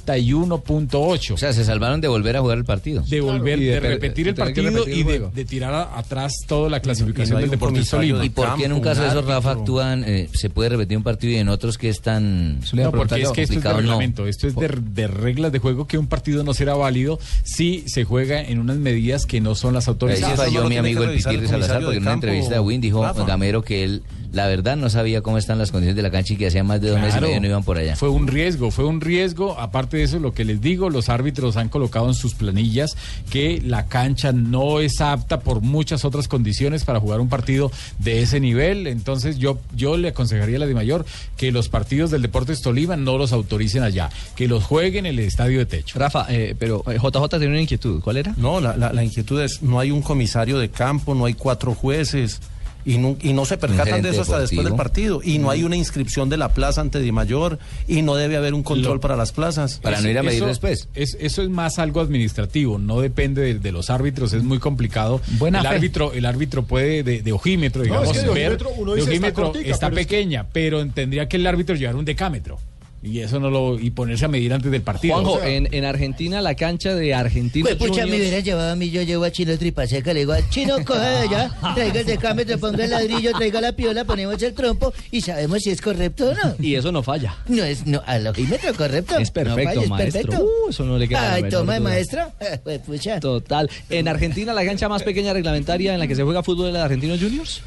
Speaker 15: 91.8. O sea,
Speaker 11: se salvaron de volver a jugar el partido.
Speaker 15: de volver,
Speaker 11: Y
Speaker 15: de,
Speaker 11: per-
Speaker 15: repetir el
Speaker 11: de tener que
Speaker 15: partido
Speaker 11: repetir el
Speaker 15: y de,
Speaker 11: juego.
Speaker 15: de tirar a- atrás toda la clasificación
Speaker 11: hay
Speaker 15: del
Speaker 11: un
Speaker 15: Deportes
Speaker 11: comisario
Speaker 15: Tolima.
Speaker 11: ¿Y por qué en un caso de esos, Rafa, actúan, eh, se puede repetir un partido y en otros que están
Speaker 15: No, porque es que esto es de
Speaker 11: complicado, no?
Speaker 15: reglamento, esto es de, de reglas de juego que un partido no será válido si se juega en unas medidas que no son las
Speaker 11: Ahí
Speaker 15: autorizadas.
Speaker 11: sí falló mi amigo el Pitirri Salazar porque en una entrevista de Win dijo Gamero que él, la verdad, no sabía cómo están las condiciones de la cancha y que hacía más de dos meses
Speaker 15: Claro.
Speaker 11: que no iban por allá.
Speaker 15: Fue un riesgo, fue un riesgo. Aparte de eso, lo que les digo, los árbitros han colocado en sus planillas que la cancha no es apta por muchas otras condiciones para jugar un partido de ese nivel. Entonces yo, yo le aconsejaría a la de mayor que los partidos del Deportes Tolima no los autoricen allá, que los jueguen en el estadio de techo.
Speaker 6: Rafa,
Speaker 11: eh,
Speaker 6: pero JJ tenía una inquietud. ¿Cuál era?
Speaker 7: No, la, la- la inquietud es, no hay un comisario de campo, no hay cuatro jueces. Y no, y no se percatan
Speaker 11: gerente
Speaker 7: de eso hasta después del
Speaker 11: deportivo. Mm.
Speaker 7: partido. Y no hay una inscripción de la plaza ante Di Mayor. Y no debe haber un control para las plazas.
Speaker 15: Eso- eso- Es, eso es más algo administrativo, no depende de, de los árbitros, es muy complicado.
Speaker 7: Buena
Speaker 15: el
Speaker 7: fe.
Speaker 15: árbitro, el árbitro puede de, de ojímetro,
Speaker 7: No, es
Speaker 15: digamos,
Speaker 7: que de
Speaker 15: ver-
Speaker 7: ojímetro uno
Speaker 15: de
Speaker 7: dice, está
Speaker 15: ojímetro
Speaker 7: cortica,
Speaker 15: está
Speaker 7: pero es
Speaker 15: pequeña, pero tendría que el árbitro llevar un decámetro. Y eso no lo y ponerse a medir antes del partido.
Speaker 6: Juanjo,
Speaker 15: O sea,
Speaker 6: en, en Argentina, la cancha de Argentino
Speaker 24: Pues pucha, me
Speaker 6: Juniors-
Speaker 24: hubiera llevado a mí, yo llevo a Chino Tripaseca, le digo al Chino, coge de allá, traiga el de cambio, te ponga el ladrillo, traiga la piola, ponemos el trompo y sabemos si es correcto o no.
Speaker 6: Y eso no falla.
Speaker 24: No es, no, al ojímetro correcto.
Speaker 6: Es
Speaker 24: no
Speaker 6: perfecto,
Speaker 24: falla, es
Speaker 6: maestro.
Speaker 24: perfecto.
Speaker 6: Uh, eso no le queda. la
Speaker 24: Ay,
Speaker 6: menor
Speaker 24: toma,
Speaker 6: duda.
Speaker 24: maestro. Pues pucha.
Speaker 6: Total. En Argentina, la cancha más pequeña reglamentaria en la que se juega fútbol es la de Argentinos Juniors.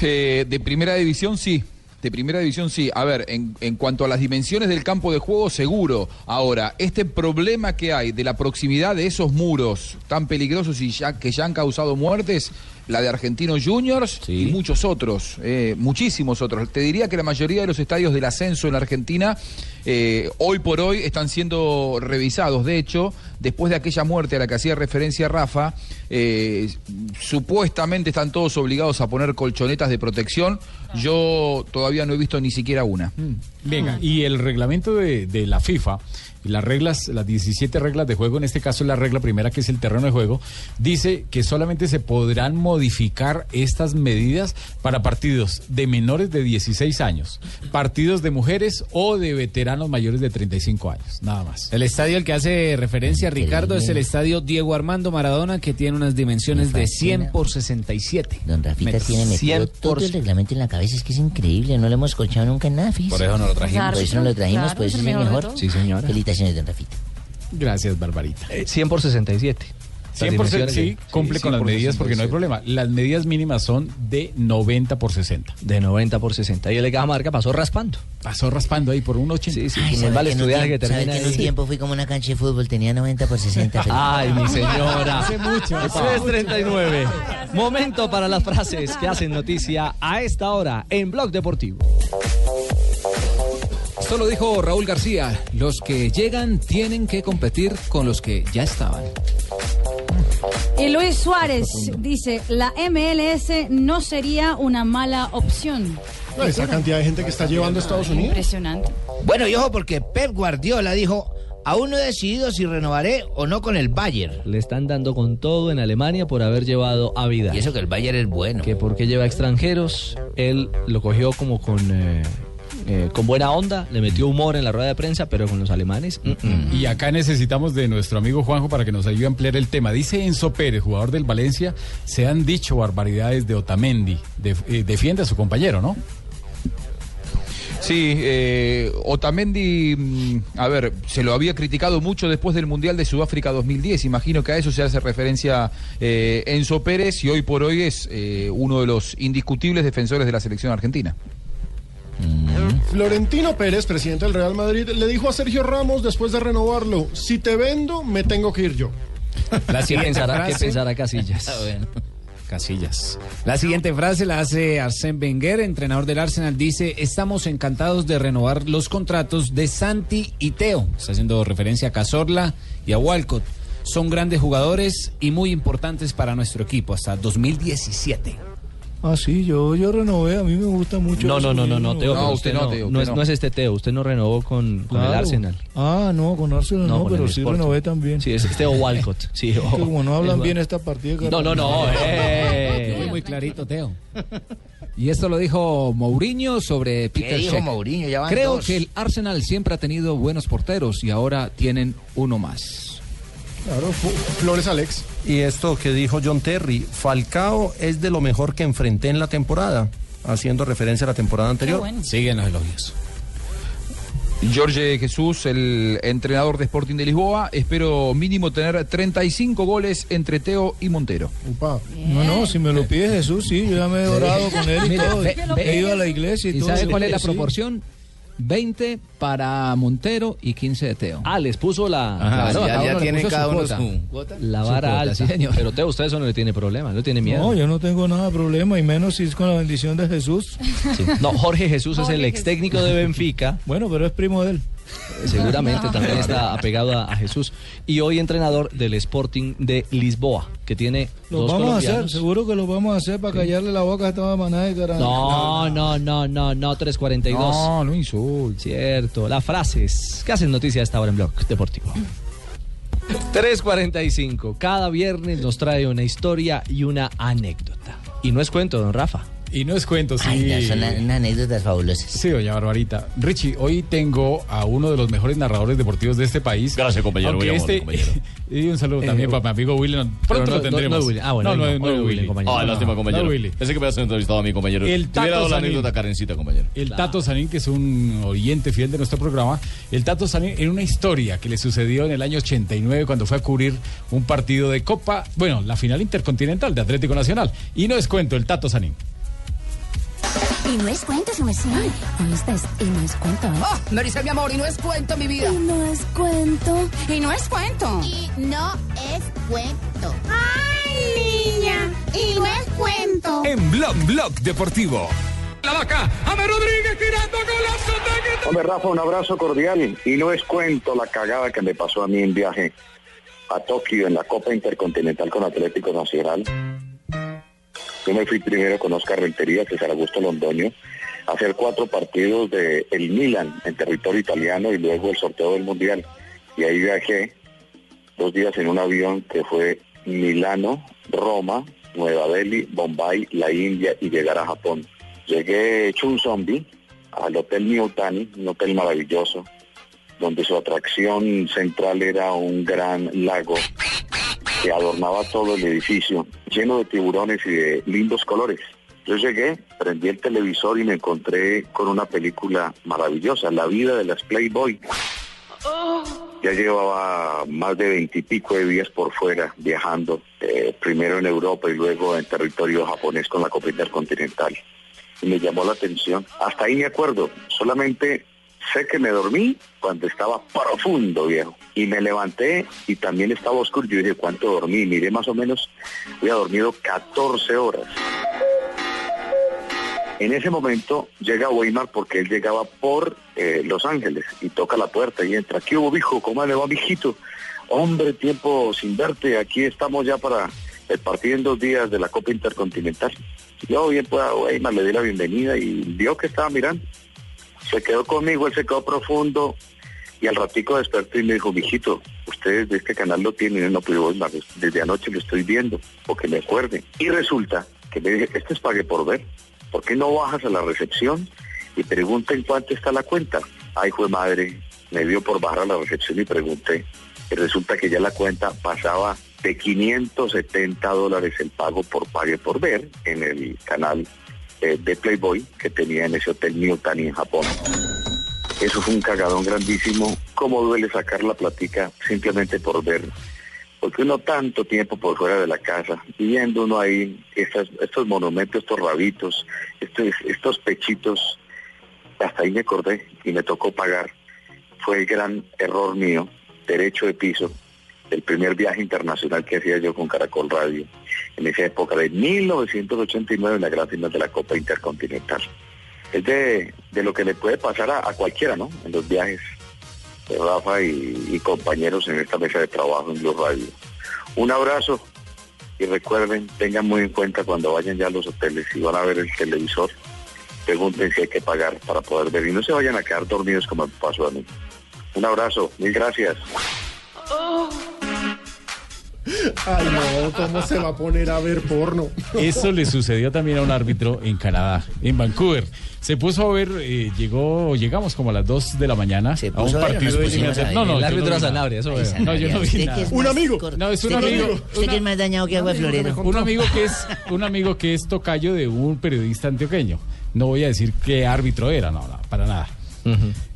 Speaker 16: Eh, de primera división sí. De primera división sí. A ver, en, en cuanto a las dimensiones del campo de juego, seguro. Ahora, este problema que hay de la proximidad de esos muros tan peligrosos y ya, que ya han causado muertes, la de Argentinos Juniors y muchos otros, eh, muchísimos otros. Te diría que la mayoría de los estadios del ascenso en la Argentina eh, hoy por hoy están siendo revisados. De hecho, después de aquella muerte a la que hacía referencia Rafa, eh, supuestamente están todos obligados a poner colchonetas de protección. Yo todavía no he visto ni siquiera una.
Speaker 15: Venga, y el reglamento de, de la FIFA, y las reglas, las 17 reglas de juego, en este caso la regla primera que es el terreno de juego, dice que solamente se podrán modificar estas medidas para partidos de menores de 16 años, partidos de mujeres o de veteranos mayores de 35 años, nada más.
Speaker 17: El estadio al que hace referencia Ricardo es el estadio Diego Armando Maradona, que tiene unas dimensiones de 100 por 67.
Speaker 24: Don Rafita
Speaker 17: metros.
Speaker 24: tiene metido todo el reglamento en la cabeza, es que es increíble, no lo hemos colchado nunca en nada, fíjese.
Speaker 17: Por eso no lo trajimos.
Speaker 24: Por eso no lo trajimos, Claro, por eso es es el el mejor de mejor. todos. Sí, señora. Felicitaciones, don Rafita.
Speaker 15: Gracias, Barbarita.
Speaker 6: 100 Eh, por 67. Las
Speaker 15: 100
Speaker 6: dimensiones
Speaker 15: sí,
Speaker 6: de-
Speaker 15: cumple
Speaker 6: sí,
Speaker 15: con
Speaker 6: 100
Speaker 15: las
Speaker 6: por
Speaker 15: medidas porque no hay
Speaker 6: 67.
Speaker 15: problema. Las medidas mínimas son de 90 por 60.
Speaker 6: De 90 por 60. Y el de Cajamarca pasó raspando.
Speaker 15: Pasó raspando ahí por un 80. Sí,
Speaker 6: sí, como el vale estudiar que termina
Speaker 24: en
Speaker 6: en-
Speaker 24: un tiempo fui como una cancha de fútbol, tenía 90 por 60.
Speaker 6: Ay, mi señora.
Speaker 24: Hace mucho.
Speaker 6: 339. Momento para las frases que hacen noticia a esta hora en Blog Deportivo.
Speaker 17: Esto lo dijo Raúl García. Los que llegan tienen que competir con los que ya estaban.
Speaker 22: Y Luis Suárez dice, la MLS no sería una mala opción.
Speaker 14: No, esa cantidad de gente que está llevando a Estados Unidos.
Speaker 22: Impresionante.
Speaker 25: Bueno, y ojo, porque Pep Guardiola dijo: Aún no he decidido si renovaré o no con el Bayern.
Speaker 6: Le están dando con todo en Alemania por haber llevado a vida. Y eso
Speaker 25: que el Bayern es bueno.
Speaker 6: Que porque lleva extranjeros, él lo cogió como con, eh, eh, con buena onda, le metió humor en la rueda de prensa, pero con los alemanes. mm, mm.
Speaker 15: Y acá necesitamos de nuestro amigo Juanjo para que nos ayude a ampliar el tema. Dice Enzo Pérez, jugador del Valencia, se han dicho barbaridades de Otamendi. De- eh, defiende a su compañero, ¿no?
Speaker 16: Sí, eh, Otamendi, mm, a ver, se lo había criticado mucho después del Mundial de Sudáfrica 2010. Imagino que a eso se hace referencia eh, Enzo Pérez y hoy por hoy es eh, uno de los indiscutibles defensores de la selección argentina.
Speaker 14: Florentino Pérez, presidente del Real Madrid, le dijo a Sergio Ramos después de renovarlo, si te vendo, me tengo que ir yo.
Speaker 6: La ¿Qué
Speaker 17: siguiente
Speaker 6: pensará,
Speaker 17: frase.
Speaker 6: qué pensará Casillas?
Speaker 17: Casillas. La siguiente frase la hace Arsène Wenger, entrenador del Arsenal. Dice: Estamos encantados de renovar los contratos de Santi y Teo. Está haciendo referencia a Cazorla y a Walcott. Son grandes jugadores y muy importantes para nuestro equipo hasta 2017.
Speaker 18: Ah, sí, yo, yo renové, a mí me gusta mucho.
Speaker 6: No, no,
Speaker 18: eso,
Speaker 6: no, no,
Speaker 18: yo
Speaker 6: no, Teo. pero Ah, usted no, no es, no es este Teo, usted no renovó con, con el
Speaker 18: Claro.
Speaker 6: Arsenal.
Speaker 18: Ah, no, con Arsenal
Speaker 6: No,
Speaker 18: no,
Speaker 6: con
Speaker 18: pero
Speaker 6: el
Speaker 18: sí
Speaker 6: Sporting.
Speaker 18: renové también.
Speaker 6: Sí, es este o Walcott. Sí,
Speaker 18: Es
Speaker 6: o-
Speaker 18: que como no hablan
Speaker 6: es-
Speaker 18: bien esta partida.
Speaker 17: No, no, no,
Speaker 18: eh.
Speaker 17: Muy, muy clarito, Teo. Y esto lo dijo Mourinho sobre Peter
Speaker 25: dijo
Speaker 17: Cech.
Speaker 25: Mourinho? Ya van
Speaker 17: Creo
Speaker 25: dos.
Speaker 17: que el Arsenal siempre ha tenido buenos porteros y ahora tienen uno más.
Speaker 14: Claro, Fu- Flores Alex.
Speaker 7: Y esto que dijo John Terry, Falcao es de lo mejor que enfrenté en la temporada, haciendo referencia a la temporada anterior.
Speaker 17: Siguen los elogios.
Speaker 16: Jorge Jesús, el entrenador de Sporting de Lisboa, espero mínimo tener 35 goles entre Teo y Montero.
Speaker 18: No, no, si me lo pide Jesús, sí, yo ya me he orado con él y
Speaker 17: Mire,
Speaker 18: todo.
Speaker 17: ve- ve-
Speaker 18: He ido a la iglesia y,
Speaker 17: ¿Y
Speaker 18: todo.
Speaker 17: sabe cuál es la
Speaker 18: Sí.
Speaker 17: proporción? 20 para Montero y 15 de Teo.
Speaker 6: Ah, les puso la.
Speaker 17: Ajá,
Speaker 6: claro,
Speaker 17: ya-
Speaker 6: cada
Speaker 17: ya
Speaker 6: le
Speaker 17: tiene
Speaker 6: puso
Speaker 17: cada uno
Speaker 6: cuota.
Speaker 17: su cuota.
Speaker 6: La
Speaker 18: Su
Speaker 6: vara
Speaker 18: cuota,
Speaker 6: alta.
Speaker 18: sí, señor.
Speaker 6: Pero Teo, usted eso no le tiene problema, no tiene miedo.
Speaker 18: No, yo no tengo nada de problema, y menos si es con la bendición de Jesús.
Speaker 6: No, Jorge Jesús es el ex técnico de Benfica.
Speaker 18: Bueno, pero es primo de él.
Speaker 6: Seguramente también
Speaker 18: Claro.
Speaker 6: está apegado a, a Jesús. Y hoy entrenador del Sporting de Lisboa, que tiene
Speaker 18: Lo
Speaker 6: dos
Speaker 18: vamos a hacer,
Speaker 6: colombianos.
Speaker 18: seguro que lo vamos a hacer para callarle la boca a esta manada de caramba.
Speaker 6: No, no, no, no, no, 342.
Speaker 18: No,
Speaker 6: no insulto. Cierto, las frases que hacen noticia a esta hora en Blog Deportivo. 345. Cada viernes nos trae una historia y una anécdota. Y no es cuento, don Rafa.
Speaker 15: Y no es cuento, sí.
Speaker 2: Ay, ya, son a- unas
Speaker 15: anécdotas fabulosas. Sí, doña Barbarita. Richie, hoy tengo a uno de los mejores narradores deportivos de este país. Gracias,
Speaker 2: compañero, muy amable, compañero.
Speaker 15: y un saludo también para mi amigo Willen.
Speaker 2: Pero no-
Speaker 15: Pronto lo
Speaker 2: no-
Speaker 15: tendremos.
Speaker 2: no Willen. Ah, bueno,
Speaker 15: No,
Speaker 2: hoy no,
Speaker 15: no, no,
Speaker 2: hoy no
Speaker 15: es
Speaker 2: Willen,
Speaker 15: Willen, compañero.
Speaker 2: Ah, lástima,
Speaker 15: No,
Speaker 2: compañero.
Speaker 15: no, Willen.
Speaker 2: Pensé que me habías entrevistado a mi compañero.
Speaker 15: El
Speaker 2: Te hubiera
Speaker 15: Tato
Speaker 2: dado la
Speaker 15: Sanil.
Speaker 2: anécdota Karencita, compañero.
Speaker 15: El Tato Sanín, que es un oyente fiel de nuestro programa, el Tato Sanín en una historia que le sucedió en el año 89 cuando fue a cubrir un partido de Copa, bueno, la final intercontinental de Atlético Nacional. Y no es cuento el Tato Sanín.
Speaker 26: Y no es cuento, su merced. Ahí está, es- y no es cuento. ¿eh?
Speaker 21: Oh, Marisa, mi amor, y no es cuento, mi vida.
Speaker 26: Y no es cuento.
Speaker 21: Y no es cuento.
Speaker 26: Y no es cuento. ¡Ay, niña! Y no es cuento.
Speaker 5: En Blog Blog Deportivo. La vaca, Ame Rodríguez girando golazo de
Speaker 19: Hombre, Rafa, un abrazo cordial. Y no es cuento la cagada que me pasó a mí en viaje a Tokio en la Copa Intercontinental con Atlético Nacional. Yo me fui primero con Oscar Rentería, César Augusto Londoño, a hacer cuatro partidos de el Milan en territorio italiano y luego el sorteo del Mundial. Y ahí viajé dos días en un avión que fue Milano, Roma, Nueva Delhi, Bombay, la India y llegar a Japón. Llegué hecho un zombie al Hotel Newtani, un hotel maravilloso, donde su atracción central era un gran lago que adornaba todo el edificio, lleno de tiburones y de lindos colores. Yo llegué, prendí el televisor y me encontré con una película maravillosa, La vida de las Playboy.
Speaker 6: Oh,
Speaker 19: Ya llevaba más de veintipico de días por fuera viajando, eh, primero en Europa y luego en territorio japonés con la Copa Intercontinental. Y me llamó la atención. Hasta ahí me acuerdo, solamente sé que me dormí cuando estaba profundo, viejo. Y me levanté y también estaba oscuro. Yo dije, ¿cuánto dormí? Miré más o menos, había dormido 14 horas. En ese momento llega Weimar porque él llegaba por eh, Los Ángeles y toca la puerta y entra. ¿Qué hubo, hijo? ¿Cómo le va, mijito? Hombre, tiempo sin verte. Aquí estamos ya para el partido en dos días de la Copa Intercontinental. Yo bien pues a Weimar le di la bienvenida y vio que estaba mirando. Se quedó conmigo, él se quedó profundo y al ratico despertó y me dijo, mijito, ustedes de este canal lo tienen, Y yo, no pues, Weimar, desde anoche lo estoy viendo, porque me acuerde. Y resulta que me dije, este es pague por ver. ¿por qué no bajas a la recepción y pregunta en cuánto está la cuenta? Ay, fue madre, me dio por bajar a la recepción y pregunté. Y resulta que ya la cuenta pasaba de 570 dólares el pago por pague por ver en el canal eh, de Playboy que tenía en ese hotel Newtani en Japón. Eso fue un cagadón grandísimo. ¿Cómo duele sacar la platica simplemente por ver? Porque uno tanto tiempo por fuera de la casa, viviendo uno ahí, estas- estos monumentos, estos rabitos, estos, estos pechitos, hasta ahí me acordé y me tocó pagar. Fue el gran error mío, derecho de piso, el primer viaje internacional que hacía yo con Caracol Radio, en esa época de 1989 en la gran final de la Copa Intercontinental. Es de, de lo que le puede pasar a, a cualquiera, ¿no? En los viajes, de Rafa y, y compañeros en esta mesa de trabajo en Blue Radio. Un abrazo y recuerden, tengan muy en cuenta cuando vayan ya a los hoteles y van a ver el televisor, pregunten si hay que pagar para poder ver y no se vayan a quedar dormidos como me pasó a mí. Un abrazo, mil gracias.
Speaker 6: oh.
Speaker 14: Ay, no, ¿cómo se va a poner a ver porno?
Speaker 15: Eso le sucedió también a un árbitro en Canadá, en Vancouver. Se puso a ver, eh, llegó, llegamos como a las 2 de la mañana a un
Speaker 6: puso a ver,
Speaker 15: partido.
Speaker 6: no se puso a ver.
Speaker 15: no, no,
Speaker 6: El
Speaker 15: yo
Speaker 6: árbitro
Speaker 15: no vi
Speaker 6: era
Speaker 15: nada.
Speaker 6: Sanabria, eso
Speaker 15: Ay,
Speaker 6: veo.
Speaker 15: No, yo no vi
Speaker 6: Usted que
Speaker 15: nada.
Speaker 6: es Un más amigo. cor-
Speaker 15: No, es un
Speaker 6: usted que-
Speaker 15: amigo.
Speaker 6: usted que es más dañado que agua de florero.
Speaker 15: Un amigo que es un amigo que es tocayo de un periodista antioqueño. No voy a decir qué árbitro era, no, no, para nada.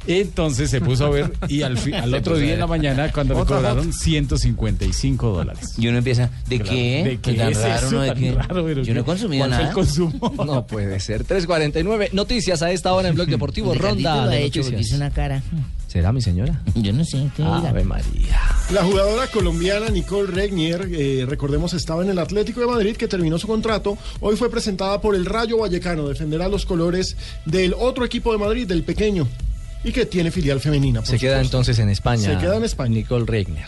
Speaker 15: Entonces se puso a ver y al, fi- al
Speaker 11: Se
Speaker 15: otro
Speaker 11: puso a
Speaker 15: día
Speaker 11: ver.
Speaker 15: en la mañana cuando le
Speaker 11: Otra
Speaker 15: cobraron 155 dólares.
Speaker 11: Y uno empieza, ¿de
Speaker 15: Claro,
Speaker 11: qué? Pues
Speaker 15: ¿de qué
Speaker 11: Tan
Speaker 15: es
Speaker 11: raro,
Speaker 15: eso
Speaker 11: ¿no? ¿De
Speaker 15: tan
Speaker 11: qué?
Speaker 15: raro? Pero
Speaker 11: Yo no he
Speaker 15: ¿qué?
Speaker 11: consumido
Speaker 15: ¿Cuál fue el
Speaker 11: nada.
Speaker 15: consumo?
Speaker 6: No puede ser. 3.49. Noticias a esta hora en Blog Deportivo.
Speaker 11: Ricardito
Speaker 6: Ronda
Speaker 11: lo ha
Speaker 6: de
Speaker 11: hecho porque
Speaker 6: noticias.
Speaker 11: hizo una cara.
Speaker 6: ¿Será mi señora?
Speaker 11: Yo no sé. ¿qué dirá?
Speaker 6: Ave María.
Speaker 14: La jugadora colombiana Nicole Regnier, eh, recordemos, estaba en el Atlético de Madrid que terminó su contrato. Hoy fue presentada por el Rayo Vallecano, defenderá los colores del otro equipo de Madrid, del pequeño, y que tiene filial femenina. por
Speaker 6: Se queda
Speaker 14: supuesto.
Speaker 6: entonces en España.
Speaker 14: Se queda en
Speaker 6: España. Nicole Regner.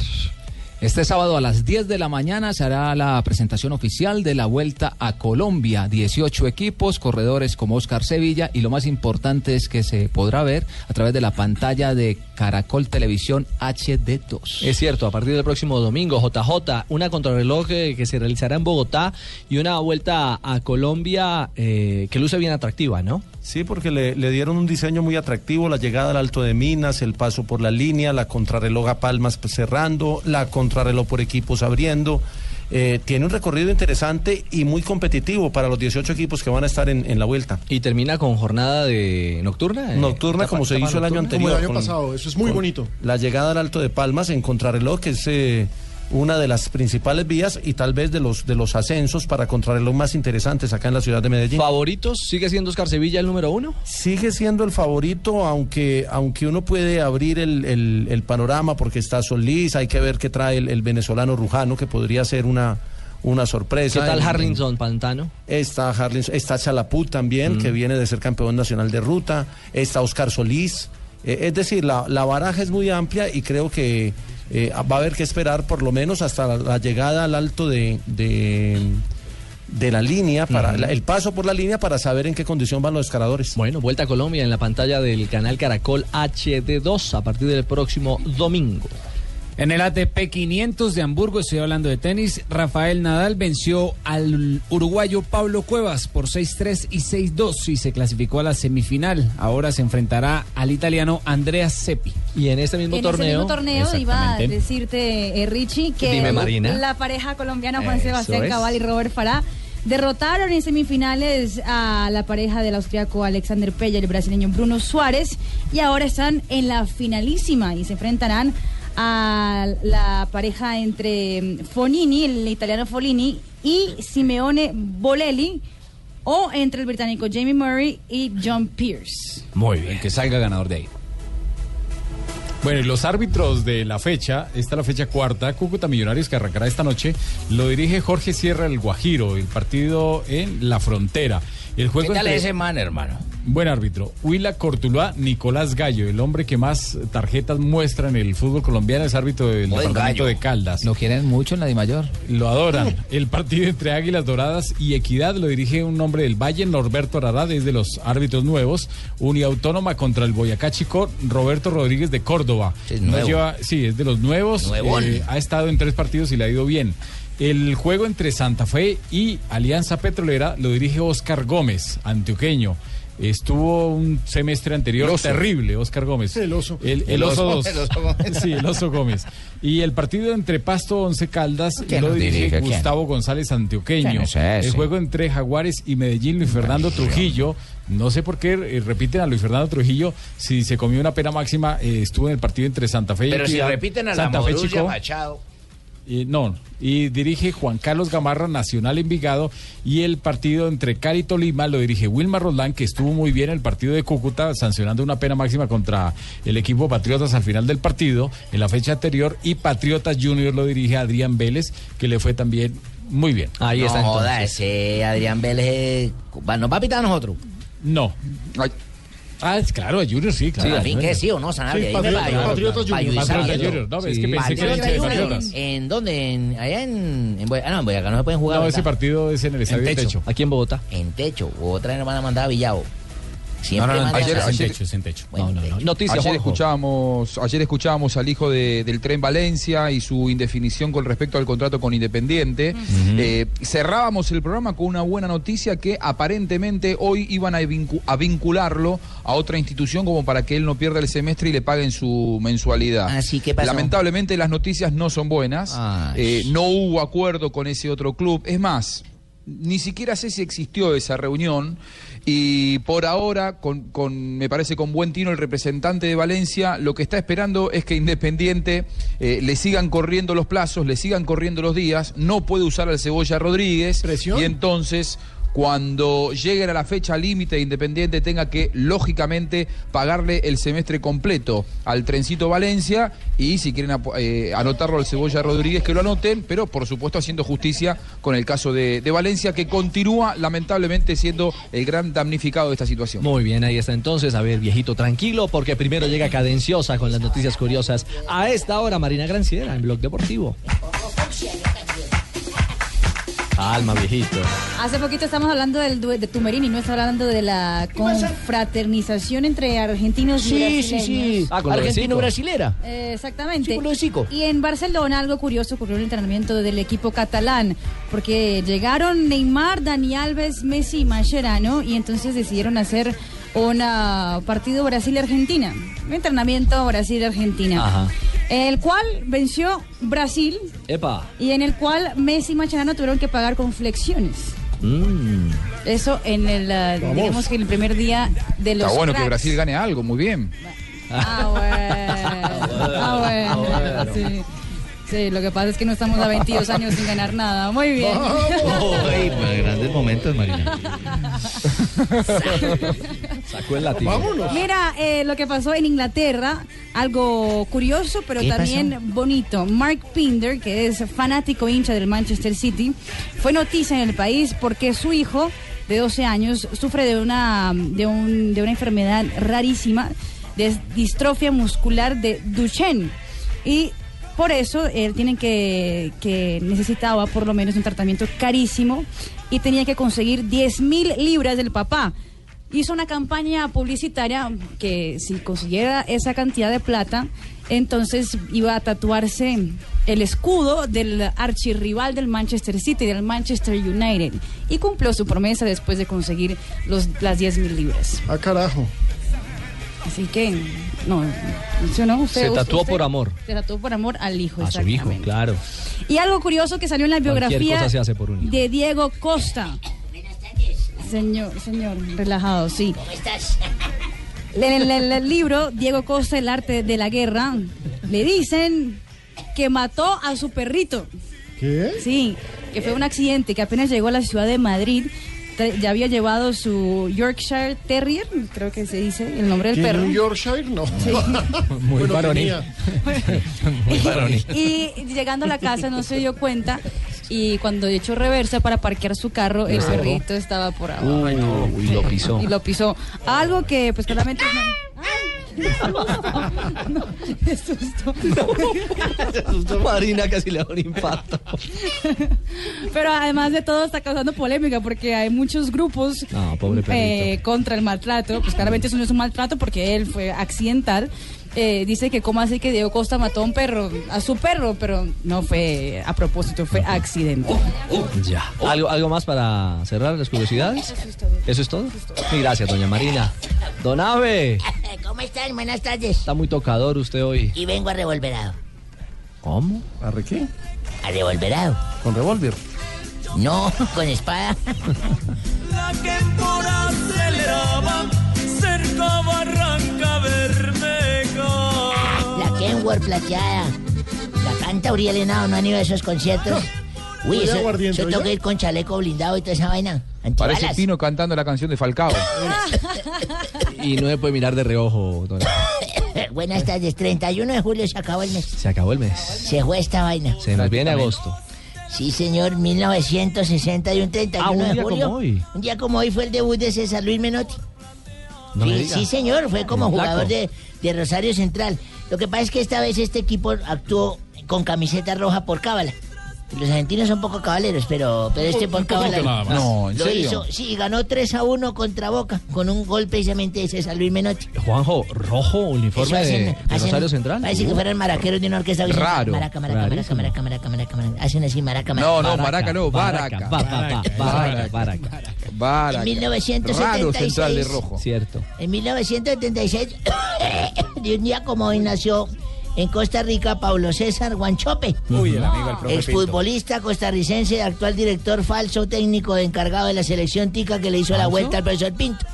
Speaker 9: Este sábado a las 10 de la mañana se hará la presentación oficial de la Vuelta a Colombia. 18 equipos, corredores como Oscar Sevilla y lo más importante es que se podrá ver a través de la pantalla de Caracol Televisión HD2.
Speaker 6: Es cierto, a partir del próximo domingo, JJ, una contrarreloj eh, que se realizará en Bogotá y una vuelta a Colombia eh, que luce bien atractiva, ¿no?
Speaker 7: Sí, porque le, le dieron un diseño muy atractivo, la llegada al Alto de Minas, el paso por la línea, la contrarreloj a Palmas pues, cerrando, la contrarreloj por equipos abriendo. Eh, tiene un recorrido interesante y muy competitivo para los 18 equipos que van a estar en, en la vuelta.
Speaker 6: Y termina con jornada de nocturna. eh,
Speaker 7: Nocturna,
Speaker 6: etapa-
Speaker 7: como se
Speaker 6: etapa
Speaker 7: hizo el año
Speaker 6: nocturna.
Speaker 7: anterior. con- con La llegada al Alto de Palmas en contrarreloj, que es eh, una de las principales vías y tal vez de los, de los ascensos para contrarreloj más interesantes acá en la ciudad de Medellín.
Speaker 6: ¿Favoritos? ¿Sigue siendo Oscar Sevilla el número uno?
Speaker 7: Sigue siendo el favorito, aunque, aunque uno puede abrir el, el- el panorama porque está Solís, hay que ver qué trae el, el venezolano Rujano, que podría ser una, una sorpresa.
Speaker 6: ¿Qué tal
Speaker 7: En-
Speaker 6: Harlinson Pantano?
Speaker 7: Está Harlins, está Chalaput también, que viene de ser campeón nacional de ruta. Está Oscar Solís. Eh, es decir, la, la baraja es muy amplia y creo que eh, va a haber que esperar por lo menos hasta la, la llegada al alto de, de, de la línea, para
Speaker 6: Ujú.
Speaker 7: la- el paso por la línea para saber en qué condición van los escaladores.
Speaker 6: Bueno, vuelta a Colombia en la pantalla del canal Caracol HD2 a partir del próximo domingo.
Speaker 17: En el ATP 500 de Hamburgo, estoy hablando de tenis, Rafael Nadal venció al uruguayo Pablo Cuevas por 6-3 y 6-2 y se clasificó a la semifinal. Ahora se enfrentará al italiano Andrea Seppi.
Speaker 6: Y en este
Speaker 22: En ese mismo torneo iba a
Speaker 17: Exactamente.
Speaker 22: decirte, eh, Richie, que la-
Speaker 17: Dime, Marina.
Speaker 22: la pareja colombiana Juan
Speaker 17: Eso
Speaker 22: Sebastián
Speaker 17: es.
Speaker 22: Cabal y Robert Farah derrotaron en semifinales a la pareja del austriaco Alexander Pella y el brasileño Bruno Suárez y ahora están en la finalísima y se enfrentarán a la pareja entre mm, Fonini, el italiano Folini, y Simeone Bolelli, o entre el británico Jamie Murray y John Pierce.
Speaker 17: Muy bien. que salga ganador de ahí.
Speaker 15: Bueno, y los árbitros de la fecha, esta es la fecha cuarta, Cúcuta Millonarios que arrancará esta noche, lo dirige Jorge Sierra el Guajiro, el partido en la frontera. El juego
Speaker 11: ¿Qué tal
Speaker 15: entre-
Speaker 11: ese man, hermano?
Speaker 15: Buen árbitro. Huila Cortuluá, Nicolás Gallo, el hombre que más tarjetas muestra en el fútbol colombiano, es árbitro del
Speaker 9: Buen
Speaker 15: departamento
Speaker 9: Gallo.
Speaker 15: de Caldas. Lo
Speaker 9: quieren mucho en la Dimayor.
Speaker 15: Lo adoran. El partido entre Águilas Doradas y Equidad lo dirige un hombre del Valle, Norberto Arada, es de los árbitros nuevos. Uniautónoma contra el Boyacá Chico, Roberto Rodríguez de Córdoba.
Speaker 11: Sí, es
Speaker 15: No
Speaker 11: nuevo.
Speaker 15: lleva- sí, es de los nuevos. Eh,
Speaker 11: Nuevón.
Speaker 15: ha estado en tres partidos y le ha ido bien. El juego entre Santa Fe y Alianza Petrolera lo dirige Oscar Gómez, antioqueño. Estuvo un semestre anterior
Speaker 14: El oso.
Speaker 15: terrible, Oscar Gómez.
Speaker 14: El oso.
Speaker 15: El, el
Speaker 14: El
Speaker 15: oso,
Speaker 14: oso,
Speaker 15: dos.
Speaker 14: el oso Gómez.
Speaker 15: Sí, el oso Gómez. Y el partido entre Pasto Once Caldas
Speaker 11: ¿Quién
Speaker 15: lo
Speaker 11: nos
Speaker 15: dirige,
Speaker 11: dirige? ¿Quién?
Speaker 15: Gustavo González Antioqueño.
Speaker 11: ¿Quién es ese?
Speaker 15: el juego entre Jaguares y Medellín, Luis Fernando Trujillo. No sé por qué eh, repiten a Luis Fernando Trujillo si se comió una pena máxima, eh, estuvo en el partido entre Santa Fe y
Speaker 11: Pero si
Speaker 15: Equidad,
Speaker 11: repiten a la
Speaker 15: Santa Fe
Speaker 11: Morulla
Speaker 15: Chico.
Speaker 11: Machado.
Speaker 15: Y, no, y dirige Juan Carlos Gamarra, Nacional Envigado, y el partido entre Cali y Tolima lo dirige Wilmar Roldán, que estuvo muy bien en el partido de Cúcuta, sancionando una pena máxima contra el equipo Patriotas al final del partido, en la fecha anterior, y Patriotas Junior lo dirige Adrián Vélez, que le fue también muy bien.
Speaker 11: Ahí está No joda, entonces.
Speaker 14: eh.
Speaker 11: ese Adrián Vélez nos va a pitar a nosotros.
Speaker 15: No. Ah, es claro, a Junior sí, claro.
Speaker 11: Sí, al fin que sí o no, Sanabria. Dime para yo- para yo
Speaker 15: Patriotas
Speaker 11: saberlo.
Speaker 15: Junior. No, es que
Speaker 11: Sí.
Speaker 15: pensé que era hincha de
Speaker 11: Patriotas Junior,
Speaker 15: Patriotas.
Speaker 11: ¿En en dónde? En- Allá en... en Boy- Ah, no,
Speaker 6: Pues
Speaker 11: en Boyacá no se pueden jugar.
Speaker 15: No,
Speaker 11: ¿verdad?
Speaker 15: ese partido es en el estadio
Speaker 11: techo.
Speaker 15: Techo. Aquí en Bogotá.
Speaker 11: En techo. Otra hermana mandaba a Villavo. Siempre
Speaker 16: No, no, no,
Speaker 11: mandan
Speaker 16: ayer-
Speaker 11: a-
Speaker 16: ayer- Es
Speaker 15: en techo.
Speaker 11: No, no, no.
Speaker 16: ayer escuchábamos, ayer escuchábamos al hijo de- del Tren Valencia y su indefinición con respecto al contrato con Independiente. Eh, cerrábamos el programa con una buena noticia que aparentemente hoy iban a, vincu- a vincularlo a otra institución como para que él no pierda el semestre y le paguen su mensualidad.
Speaker 11: Así que pasó.
Speaker 16: Lamentablemente las noticias no son buenas. Eh, no hubo acuerdo con ese otro club. Es más, ni siquiera sé si existió esa reunión. Y por ahora, con, con- me parece con buen tino el representante de Valencia, lo que está esperando es que Independiente eh, le sigan corriendo los plazos, le sigan corriendo los días, no puede usar al Cebolla Rodríguez. Y entonces cuando lleguen a la fecha límite Independiente tenga que, lógicamente, pagarle el semestre completo al Trencito Valencia y si quieren apo- eh, anotarlo al Cebolla Rodríguez, que lo anoten, pero por supuesto haciendo justicia con el caso de, de Valencia, que continúa lamentablemente siendo el gran damnificado de esta situación.
Speaker 6: Muy bien, ahí está entonces. A ver, viejito, tranquilo, porque primero llega Cadenciosa con las noticias curiosas. A esta hora, Marina Granciera en Blog Deportivo. Calma, viejito.
Speaker 22: Hace poquito estamos hablando del due- de Tumerini, no está hablando de la confraternización entre argentinos y
Speaker 25: Sí, sí,
Speaker 22: brasileños.
Speaker 25: sí.
Speaker 6: Ah, con lo
Speaker 25: Argentino-brasilera.
Speaker 22: Eh, exactamente.
Speaker 25: Sí, por lo de Zico.
Speaker 22: y en Barcelona algo curioso ocurrió en el entrenamiento del equipo catalán, porque llegaron Neymar, Dani Alves, Messi y Mascherano, y entonces decidieron hacer un ah, partido Brasil-Argentina, un entrenamiento Brasil-Argentina,
Speaker 6: Ajá.
Speaker 22: el cual venció Brasil
Speaker 6: Epa.
Speaker 22: y en el cual Messi y Mascherano tuvieron que pagar con flexiones.
Speaker 6: Mm.
Speaker 22: Eso en el, ah,
Speaker 16: Vamos.
Speaker 22: digamos que en el primer día de los
Speaker 16: Está bueno que
Speaker 22: cracks.
Speaker 16: Brasil gane algo, muy bien.
Speaker 22: Ah, bueno, sí. Sí, lo que pasa es que no estamos a 22 años sin ganar nada. Muy bien.
Speaker 25: Uy, pues, grandes momentos, Marina.
Speaker 6: Sacó el látigo.
Speaker 22: Mira, eh, lo que pasó en Inglaterra, algo curioso, pero
Speaker 6: ¿Qué
Speaker 22: también bonito. Mark Pinder, que es fanático hincha del Manchester City, fue noticia en el país porque su hijo de 12 años sufre de una, de un- de una enfermedad rarísima, de distrofia muscular de Duchenne. Y por eso él tiene que, que necesitaba por lo menos un tratamiento carísimo y tenía que conseguir 10 mil libras del papá hizo una campaña publicitaria que si consiguiera esa cantidad de plata, entonces iba a tatuarse el escudo del archirrival del Manchester City, del Manchester United, y cumplió su promesa después de conseguir los, las 10 mil libras.
Speaker 14: Ah, carajo.
Speaker 22: Así que, no, ¿sí no? Usted-
Speaker 6: Se tatuó
Speaker 22: usted-
Speaker 6: por amor.
Speaker 22: Se tatuó por amor al hijo.
Speaker 6: A su hijo,
Speaker 22: exactamente.
Speaker 6: claro.
Speaker 22: Y algo curioso que salió en la
Speaker 6: Cualquier
Speaker 22: biografía
Speaker 6: cosa se hace por un hijo.
Speaker 22: de Diego Costa. Señor, señor, relajado, sí. En el, en el libro Diego Costa, El arte de la guerra, le dicen que mató a su perrito.
Speaker 14: ¿Qué?
Speaker 22: Sí, que fue un accidente, que apenas llegó a la ciudad de Madrid, te- ya había llevado su Yorkshire Terrier, creo que se dice el nombre del
Speaker 14: ¿Tiene
Speaker 22: perro.
Speaker 14: un Yorkshire? No.
Speaker 17: Muy
Speaker 14: Bueno,
Speaker 17: varonil.
Speaker 14: tenía.
Speaker 22: Muy Y llegando a la casa no se dio cuenta y cuando echó reversa para parquear su carro, el
Speaker 11: Claro.
Speaker 22: perrito estaba por abajo.
Speaker 11: Uy, no, uy, lo pisó.
Speaker 22: Y lo pisó. Algo que pues claramente... Ay, no, qué susto.
Speaker 6: Se asustó Marina, casi le da un impacto.
Speaker 22: Pero además de todo está causando polémica porque hay muchos grupos
Speaker 6: No, Ah, pobre perrito.
Speaker 22: eh, contra el maltrato. Pues claramente eso no es un maltrato porque él fue accidental. Eh, dice que cómo así que Diego Costa mató a un perro, a su perro, pero no fue a propósito, fue
Speaker 6: Oh,
Speaker 22: accidental.
Speaker 6: Ya. ¿Algo, ¿Algo más para cerrar las curiosidades? ¿Eso es todo? Y gracias, doña Marina. Don Ave,
Speaker 28: ¿Cómo están? Buenas tardes.
Speaker 6: está muy tocador usted hoy.
Speaker 28: Y vengo arrevolverado.
Speaker 6: ¿Cómo?
Speaker 7: ¿A qué?
Speaker 28: Arrevolverado.
Speaker 7: ¿Con revólver?
Speaker 28: No, con espada.
Speaker 27: por aceleraba cerca Barranca Bermeja.
Speaker 28: La Kenworth plateada. La canta Uriel Henao, no han ido a esos conciertos. Uy,
Speaker 16: Puro
Speaker 28: eso,
Speaker 16: aguardiente,
Speaker 28: yo tengo
Speaker 16: ¿oye?
Speaker 28: que ir con chaleco blindado y toda esa vaina.
Speaker 16: Parece
Speaker 28: Antibalas.
Speaker 16: Pino cantando la canción de Falcao.
Speaker 6: Y no se puede mirar de reojo, don Ave.
Speaker 28: Buenas tardes. 31 de julio se acabó el mes.
Speaker 6: Se acabó el mes.
Speaker 28: Se fue esta vaina.
Speaker 6: Se nos viene agosto.
Speaker 28: Sí, señor, 1961, 31
Speaker 6: Ah, un
Speaker 28: de
Speaker 6: día
Speaker 28: julio.
Speaker 6: como hoy.
Speaker 28: Un día como hoy fue el debut de César Luis Menotti.
Speaker 6: No me
Speaker 28: sí,
Speaker 6: diga.
Speaker 28: sí, señor, fue como
Speaker 6: El flaco.
Speaker 28: jugador de, de Rosario Central. Lo que pasa es que esta vez este equipo actuó con camiseta roja por cábala. Los argentinos son poco cabaleros, pero, pero este
Speaker 16: Un
Speaker 28: por
Speaker 16: poquito
Speaker 28: cábala
Speaker 16: nada más. No, ¿en
Speaker 28: lo
Speaker 16: serio?
Speaker 28: hizo. Sí, y ganó 3 a 1 contra Boca con un gol precisamente de César Luis Menotti.
Speaker 6: Juanjo, rojo, uniforme
Speaker 28: Eso
Speaker 6: de,
Speaker 28: hacen-
Speaker 6: de
Speaker 28: hacen-
Speaker 6: Rosario Central. Uh.
Speaker 28: Parece que fueran maraqueros de una orquesta. dicen,
Speaker 6: Raro,
Speaker 28: Maraca, maraca, maraca,
Speaker 6: rarísimo.
Speaker 28: maraca, maraca, maraca, maraca. Hacen así, maraca, maraca.
Speaker 16: No, no, Baraca no, Baraca.
Speaker 6: Baraca, ba, ba, ba, Baraca, Baraca.
Speaker 16: Baraca.
Speaker 28: En 1976.
Speaker 16: Raro central de rojo.
Speaker 6: Cierto.
Speaker 28: En 1976, de un día como hoy nació en Costa Rica Pablo César Guanchope. Ah.
Speaker 29: Uy, el amigo del profe Pinto.
Speaker 28: Exfutbolista costarricense, actual director falso técnico de encargado de la selección tica que le hizo la
Speaker 6: ¿Falso?
Speaker 28: vuelta al profesor Pinto.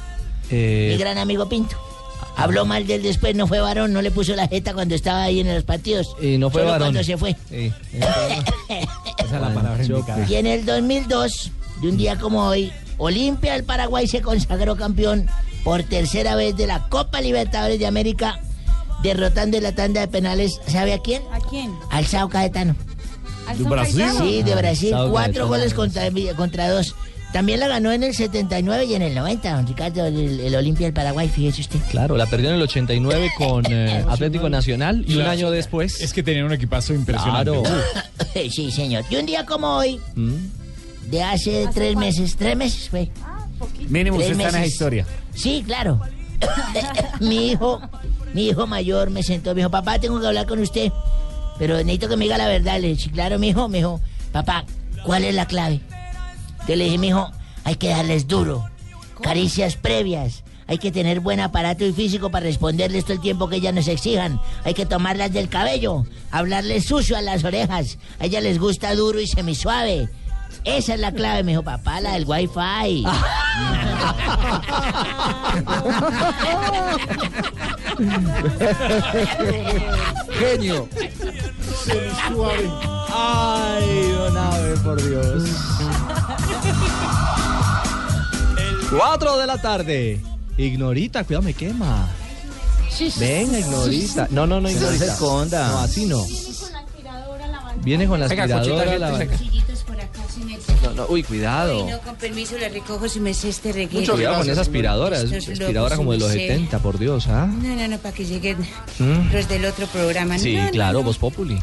Speaker 28: Mi
Speaker 6: Eh,
Speaker 28: gran amigo Pinto. Habló mal de él después, no fue varón, no le puso la jeta cuando estaba ahí en los partidos.
Speaker 6: Y no fue
Speaker 28: Solo
Speaker 6: varón.
Speaker 28: cuando se fue.
Speaker 6: sí.
Speaker 28: Y en el 2002, de un día como hoy, Olimpia del Paraguay se consagró campeón por tercera vez de la Copa Libertadores de América, derrotando en la tanda de penales, ¿sabe a quién?
Speaker 22: ¿A quién?
Speaker 28: Al Sao Caetano.
Speaker 22: ¿Al Sao Caetano?
Speaker 28: Sí, de Brasil.
Speaker 22: Ah, Sao
Speaker 28: Cuatro
Speaker 22: Caetano.
Speaker 28: goles contra, contra dos. También la ganó en el 79 y en el 90, don Ricardo, el, el Olimpia del Paraguay, fíjese usted.
Speaker 6: Claro, la perdió en el 89 con eh, Atlético Nacional y un
Speaker 15: Claro.
Speaker 6: año después. Es
Speaker 15: que tenían un equipazo impresionante.
Speaker 6: Claro.
Speaker 28: sí, señor. Y un día como hoy,
Speaker 22: Mm.
Speaker 28: de hace, tres meses, tres meses fue.
Speaker 17: Mínimo
Speaker 28: Tres
Speaker 17: usted está en esa
Speaker 28: meses.
Speaker 17: historia.
Speaker 28: Sí, claro. mi hijo, mi hijo mayor me sentó, me dijo, papá, tengo que hablar con usted. Pero necesito que me diga la verdad. Le dije, "Sí, claro, mi hijo, me dijo, papá, ¿cuál es la clave? Entonces le dije, mi hijo, hay que darles duro, caricias previas. Hay que tener buen aparato y físico para responderles todo el tiempo que ellas nos exijan. Hay que tomarlas del cabello, hablarles sucio a las orejas. A ellas les gusta duro y semisuave. Esa es la clave, me dijo papá, la del wifi.
Speaker 27: Genio.
Speaker 6: Ay, don Ave, por Dios. 4 de la tarde. Ignorita, cuidado, me quema. Venga, ignorita. No, no, no,
Speaker 11: No
Speaker 6: ignorita.
Speaker 11: se esconda.
Speaker 6: No, así no. Viene con la
Speaker 11: Venga,
Speaker 6: aspiradora.
Speaker 11: Conchita,
Speaker 6: la-
Speaker 11: gente,
Speaker 20: Chiquitos por acá, si me-
Speaker 6: No, no, uy, cuidado.
Speaker 20: Bueno, con permiso le recojo si me sé este reguero.
Speaker 6: Mucho cuidado con esa aspiradora. Es
Speaker 20: Estos
Speaker 6: aspiradora
Speaker 20: locos,
Speaker 6: como de
Speaker 20: si
Speaker 6: los
Speaker 20: me sé.
Speaker 6: 70, por Dios, ¿ah?
Speaker 20: No, no, no, para que lleguen
Speaker 6: Mm.
Speaker 20: los del otro programa.
Speaker 6: Sí,
Speaker 20: No, no,
Speaker 6: claro,
Speaker 20: no.
Speaker 6: Voz Populi.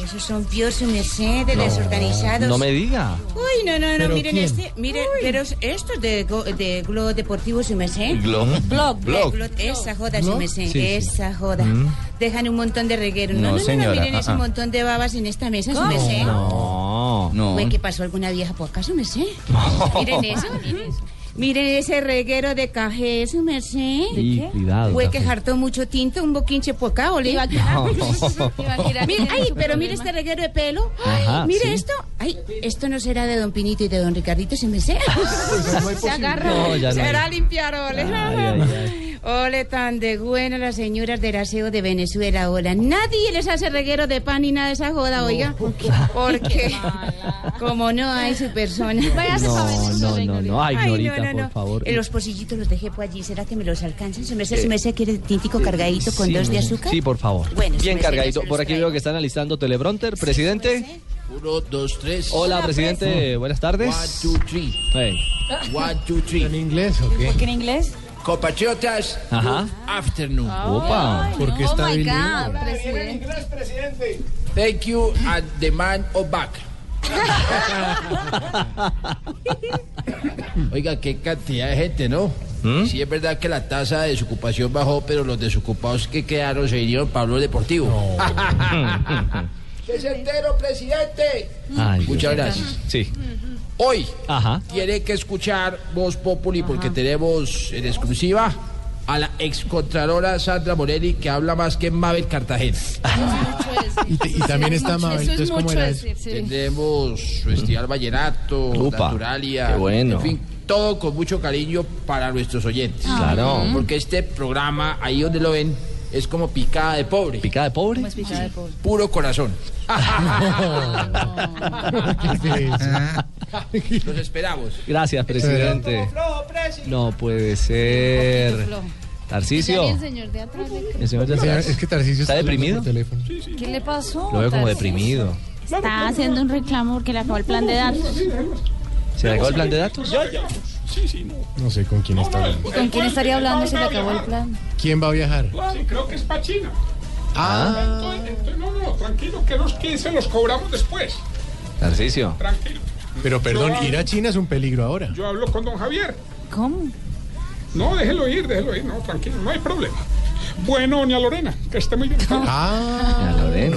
Speaker 20: Esos son peor su merced, de
Speaker 6: No,
Speaker 20: desorganizados.
Speaker 6: No me diga.
Speaker 20: Uy, no, no, no,
Speaker 6: ¿Pero
Speaker 20: miren
Speaker 6: quién?
Speaker 20: este, miren, pero estos de, go- de Globo Deportivo, si me sé.
Speaker 6: Globo. Blog.
Speaker 20: Blog.
Speaker 6: Blog.
Speaker 20: Esa joda, si
Speaker 6: Blog.
Speaker 20: me sé,
Speaker 6: Sí, sí.
Speaker 20: esa joda.
Speaker 6: Mm.
Speaker 20: Dejan un montón de reguero.
Speaker 11: No,
Speaker 20: No, no, no, no,
Speaker 11: señora,
Speaker 20: miren ese
Speaker 11: ah, ah.
Speaker 20: montón de babas en esta mesa, si me sé.
Speaker 11: No, no.
Speaker 20: Fue que pasó alguna vieja por acá, su merced. Miren eso, miren eso. Miren ese reguero de café, su merced.
Speaker 6: Y ¿De qué? cuidado,
Speaker 20: Fue que
Speaker 6: café.
Speaker 20: hartó mucho tinto, un boquinche por acá, o le iba a quedar. Mire, ay, pero mire este reguero de pelo. Ay,
Speaker 6: Ajá,
Speaker 20: mire
Speaker 6: sí.
Speaker 20: esto. Ay, esto no será de Don Pinito y de Don Ricardito, se me sé.
Speaker 6: Pues
Speaker 20: se agarra.
Speaker 6: No, ya no
Speaker 20: será
Speaker 6: hay.
Speaker 20: limpiar, ole.
Speaker 6: Ay, ay, ay.
Speaker 20: Ole, tan de buena las señoras del aseo de Venezuela, hola. Nadie les hace reguero de pan ni nada de esa joda, oiga. Porque como no hay su persona.
Speaker 6: No, no, no, no. Ay,
Speaker 20: Ay, no,
Speaker 6: ignorita,
Speaker 20: no, no.
Speaker 6: por favor.
Speaker 20: Eh, los pocillitos los dejé por allí. ¿Será que me los alcanzan? Su merced, su merced quiere tintico
Speaker 6: Eh,
Speaker 20: cargadito con
Speaker 6: sí,
Speaker 20: dos de
Speaker 6: mujer.
Speaker 20: azúcar.
Speaker 6: Sí, por favor.
Speaker 20: Bueno,
Speaker 6: Bien
Speaker 20: espérese,
Speaker 6: cargadito.
Speaker 20: ya se
Speaker 6: Por
Speaker 20: los
Speaker 6: aquí veo que están alistando Telebronter. Presidente.
Speaker 29: Uno, dos, tres.
Speaker 6: Hola,
Speaker 29: pues.
Speaker 6: presidente. Mm. Buenas tardes.
Speaker 29: One, two, three.
Speaker 6: Hey.
Speaker 29: One, two, three. ¿En inglés o
Speaker 22: ¿Por qué en inglés?
Speaker 29: Compatriotas,
Speaker 6: Ajá.
Speaker 29: good afternoon.
Speaker 6: Opa. Ay,
Speaker 29: Porque
Speaker 22: Oh
Speaker 29: está
Speaker 22: presidente.
Speaker 29: oh presidente. Thank you and the man of back. Oiga, qué cantidad de gente, ¿no?
Speaker 6: ¿Mm?
Speaker 29: Sí, es verdad que la tasa de desocupación bajó, pero los desocupados que quedaron se vinieron Pablo Deportivo.
Speaker 3: ¡Que se entero, presidente!
Speaker 29: Muchas gracias.
Speaker 6: Sí.
Speaker 29: Hoy
Speaker 6: Ajá.
Speaker 29: tiene que escuchar Voz Populi porque tenemos en exclusiva a la excontralora Sandra Morelli que habla más que Mabel Cartagena.
Speaker 14: Y, te- y también está Mabel, entonces ¿cómo era eso?
Speaker 29: Tendremos Festival Vallenato,
Speaker 6: Upa,
Speaker 29: Naturalia,
Speaker 6: qué bueno.
Speaker 29: en fin, todo con mucho cariño para nuestros oyentes.
Speaker 6: Ah. Claro.
Speaker 29: Porque este programa, ahí donde lo ven, es como picada de pobre.
Speaker 6: ¿Picada de pobre?
Speaker 29: Sí, Puro corazón. Los esperamos.
Speaker 6: Gracias, presidente. No puede ser. Tarcicio.
Speaker 22: señor de atrás.
Speaker 6: El señor de atrás.
Speaker 18: Es que Tarcisio
Speaker 6: está deprimido.
Speaker 22: ¿Qué le pasó?
Speaker 6: Lo veo como
Speaker 22: Tarcisio?
Speaker 6: deprimido.
Speaker 22: Está haciendo un reclamo porque le acabó el plan de datos.
Speaker 6: ¿Se le acabó el plan de datos?
Speaker 14: No sé con quién está hablando.
Speaker 22: ¿Y con quién estaría hablando si le acabó el plan?
Speaker 14: ¿Quién va a viajar?
Speaker 23: Sí, creo que es para China.
Speaker 14: Ah.
Speaker 23: Entonces, entonces, no, no, tranquilo, que los 15 los cobramos después.
Speaker 6: Tarcicio.
Speaker 14: Pero perdón, ir a China es un peligro ahora.
Speaker 23: Yo hablo con don Javier.
Speaker 22: ¿Cómo?
Speaker 23: No, déjelo ir, déjelo ir, no, tranquilo, no hay problema. Bueno, doña Lorena, que esté muy bien.
Speaker 6: Ah, Lorena.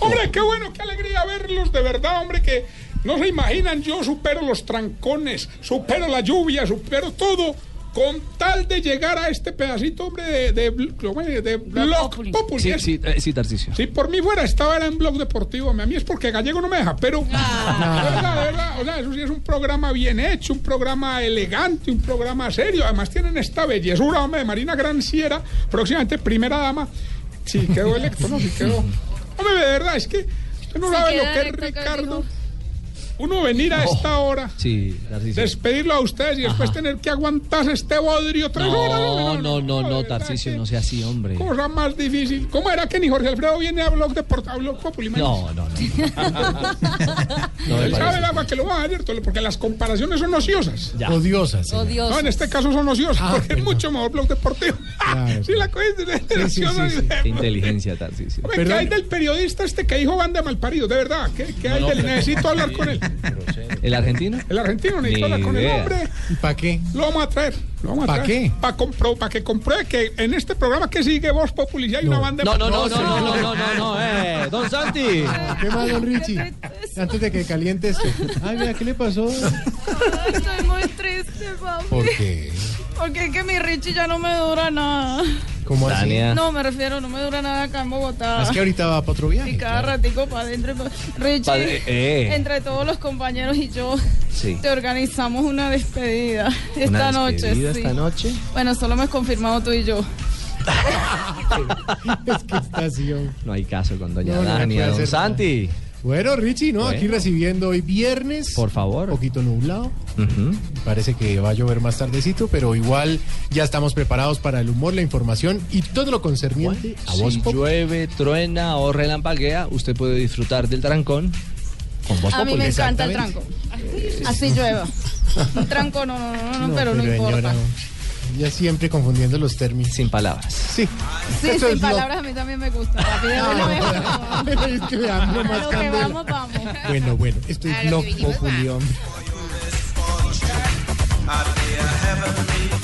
Speaker 23: Hombre, qué bueno, qué alegría verlos, de verdad, hombre, que no se imaginan, yo supero los trancones, supero la lluvia, supero todo, con tal de llegar a este pedacito, hombre, de, de, bl- ¿cómo es? de Blog Populi.
Speaker 6: Sí,
Speaker 23: ¿es?
Speaker 6: sí, eh, sí, Tarcicio.
Speaker 23: Si por mí fuera, estaba era en Blog Deportivo. hombre. A mí es porque Gallego no me deja, pero. De verdad, de verdad. O sea, eso sí es un programa bien hecho, un programa elegante, un programa serio. Además, tienen esta belleza, hombre, de Marina Gran Sierra, próximamente primera dama. Sí, quedó electo, ¿no? Sí, quedó. Hombre, de verdad, es que usted no
Speaker 22: Sí,
Speaker 23: sabe lo
Speaker 22: queda
Speaker 23: que es
Speaker 22: electo, que
Speaker 23: Ricardo. uno venir a
Speaker 6: No.
Speaker 23: esta hora,
Speaker 6: Sí, Tarcisio.
Speaker 23: despedirlo a ustedes y después tener que aguantar este bodrio tres horas.
Speaker 6: No, no, no, no, Tarcisio, no sea así, hombre.
Speaker 23: Cosa más difícil. ¿Cómo era que ni Jorge Alfredo viene a Blog, de a Blog Populi?
Speaker 6: No, no, no. No me
Speaker 23: Él sabe
Speaker 6: parece.
Speaker 23: el agua que lo va a dar, Tolo, porque las comparaciones son ociosas.
Speaker 18: Odiosas.
Speaker 23: Odiosas. No, en este caso son ociosas, porque es mucho mejor blog deportivo. sí, la cosa es de
Speaker 6: Ah, Sí, sí, sí, sí. Qué inteligencia, Tarcisio.
Speaker 23: ¿Qué hay del periodista este que dijo banda malparido? De verdad, ¿qué, qué hay
Speaker 6: No, no,
Speaker 23: del...
Speaker 6: pero-
Speaker 23: Necesito hablar con él.
Speaker 6: ¿El argentino?
Speaker 23: El argentino
Speaker 6: Ni
Speaker 23: necesito hablar con el
Speaker 6: idea.
Speaker 23: hombre.
Speaker 18: para qué?
Speaker 23: Lo vamos a traer. Lo vamos a
Speaker 18: ¿Pa
Speaker 23: traer.
Speaker 18: qué?
Speaker 23: Para que compruebe que en este programa que sigue Voz Populi ya hay una banda
Speaker 6: No, no, no, no, no,
Speaker 23: malparida.
Speaker 6: no, no, no, no, eh. Don Santi.
Speaker 18: ¿Qué más, don Richie? Antes de que caliente esto. Ay, mira, ¿qué le pasó?
Speaker 21: Estoy muy triste, papi.
Speaker 18: ¿Por qué?
Speaker 21: Porque es que mi Richie ya no me dura nada.
Speaker 18: ¿Cómo así?
Speaker 21: No, me refiero, no me dura nada acá en Bogotá.
Speaker 18: Es que ahorita va para otro viaje.
Speaker 21: Y cada ratico para adentro. y pa' Richie,
Speaker 18: Pa' de- eh.
Speaker 21: entre todos los compañeros y yo,
Speaker 18: Sí.
Speaker 21: te organizamos una despedida esta noche.
Speaker 6: despedida
Speaker 21: sí.
Speaker 6: esta noche?
Speaker 21: Bueno, solo me has confirmado tú y yo.
Speaker 6: No hay caso con doña
Speaker 18: No, no, no
Speaker 6: Dani,
Speaker 18: puede
Speaker 6: don
Speaker 18: ser.
Speaker 6: Santi.
Speaker 18: Bueno, Richie, ¿no?
Speaker 6: Bueno.
Speaker 18: Aquí recibiendo hoy viernes. Por
Speaker 6: favor.
Speaker 18: Un poquito nublado.
Speaker 6: Ujú.
Speaker 18: Parece que va a llover más tardecito, pero igual ya estamos preparados para el humor, la información y todo lo concerniente a vos.
Speaker 6: Si llueve, truena o relampaguea, usted puede disfrutar del trancón con voz
Speaker 21: A mí me
Speaker 6: Populi.
Speaker 21: encanta el tranco. Así llueva. Un tranco no, no, no, no, pero no importa.
Speaker 18: ya siempre confundiendo los términos.
Speaker 6: Sin palabras.
Speaker 18: Sí.
Speaker 21: Sí,
Speaker 18: Esto
Speaker 21: sin
Speaker 18: es lo- Ah,
Speaker 21: palabras a mí también me gusta. papi, de verdad me gusta. A lo que vamos, vamos.
Speaker 18: Bueno, bueno, esto
Speaker 21: A
Speaker 18: es
Speaker 21: lo
Speaker 18: lo
Speaker 21: que vinimos,
Speaker 18: populión.
Speaker 12: I'd be a heavenly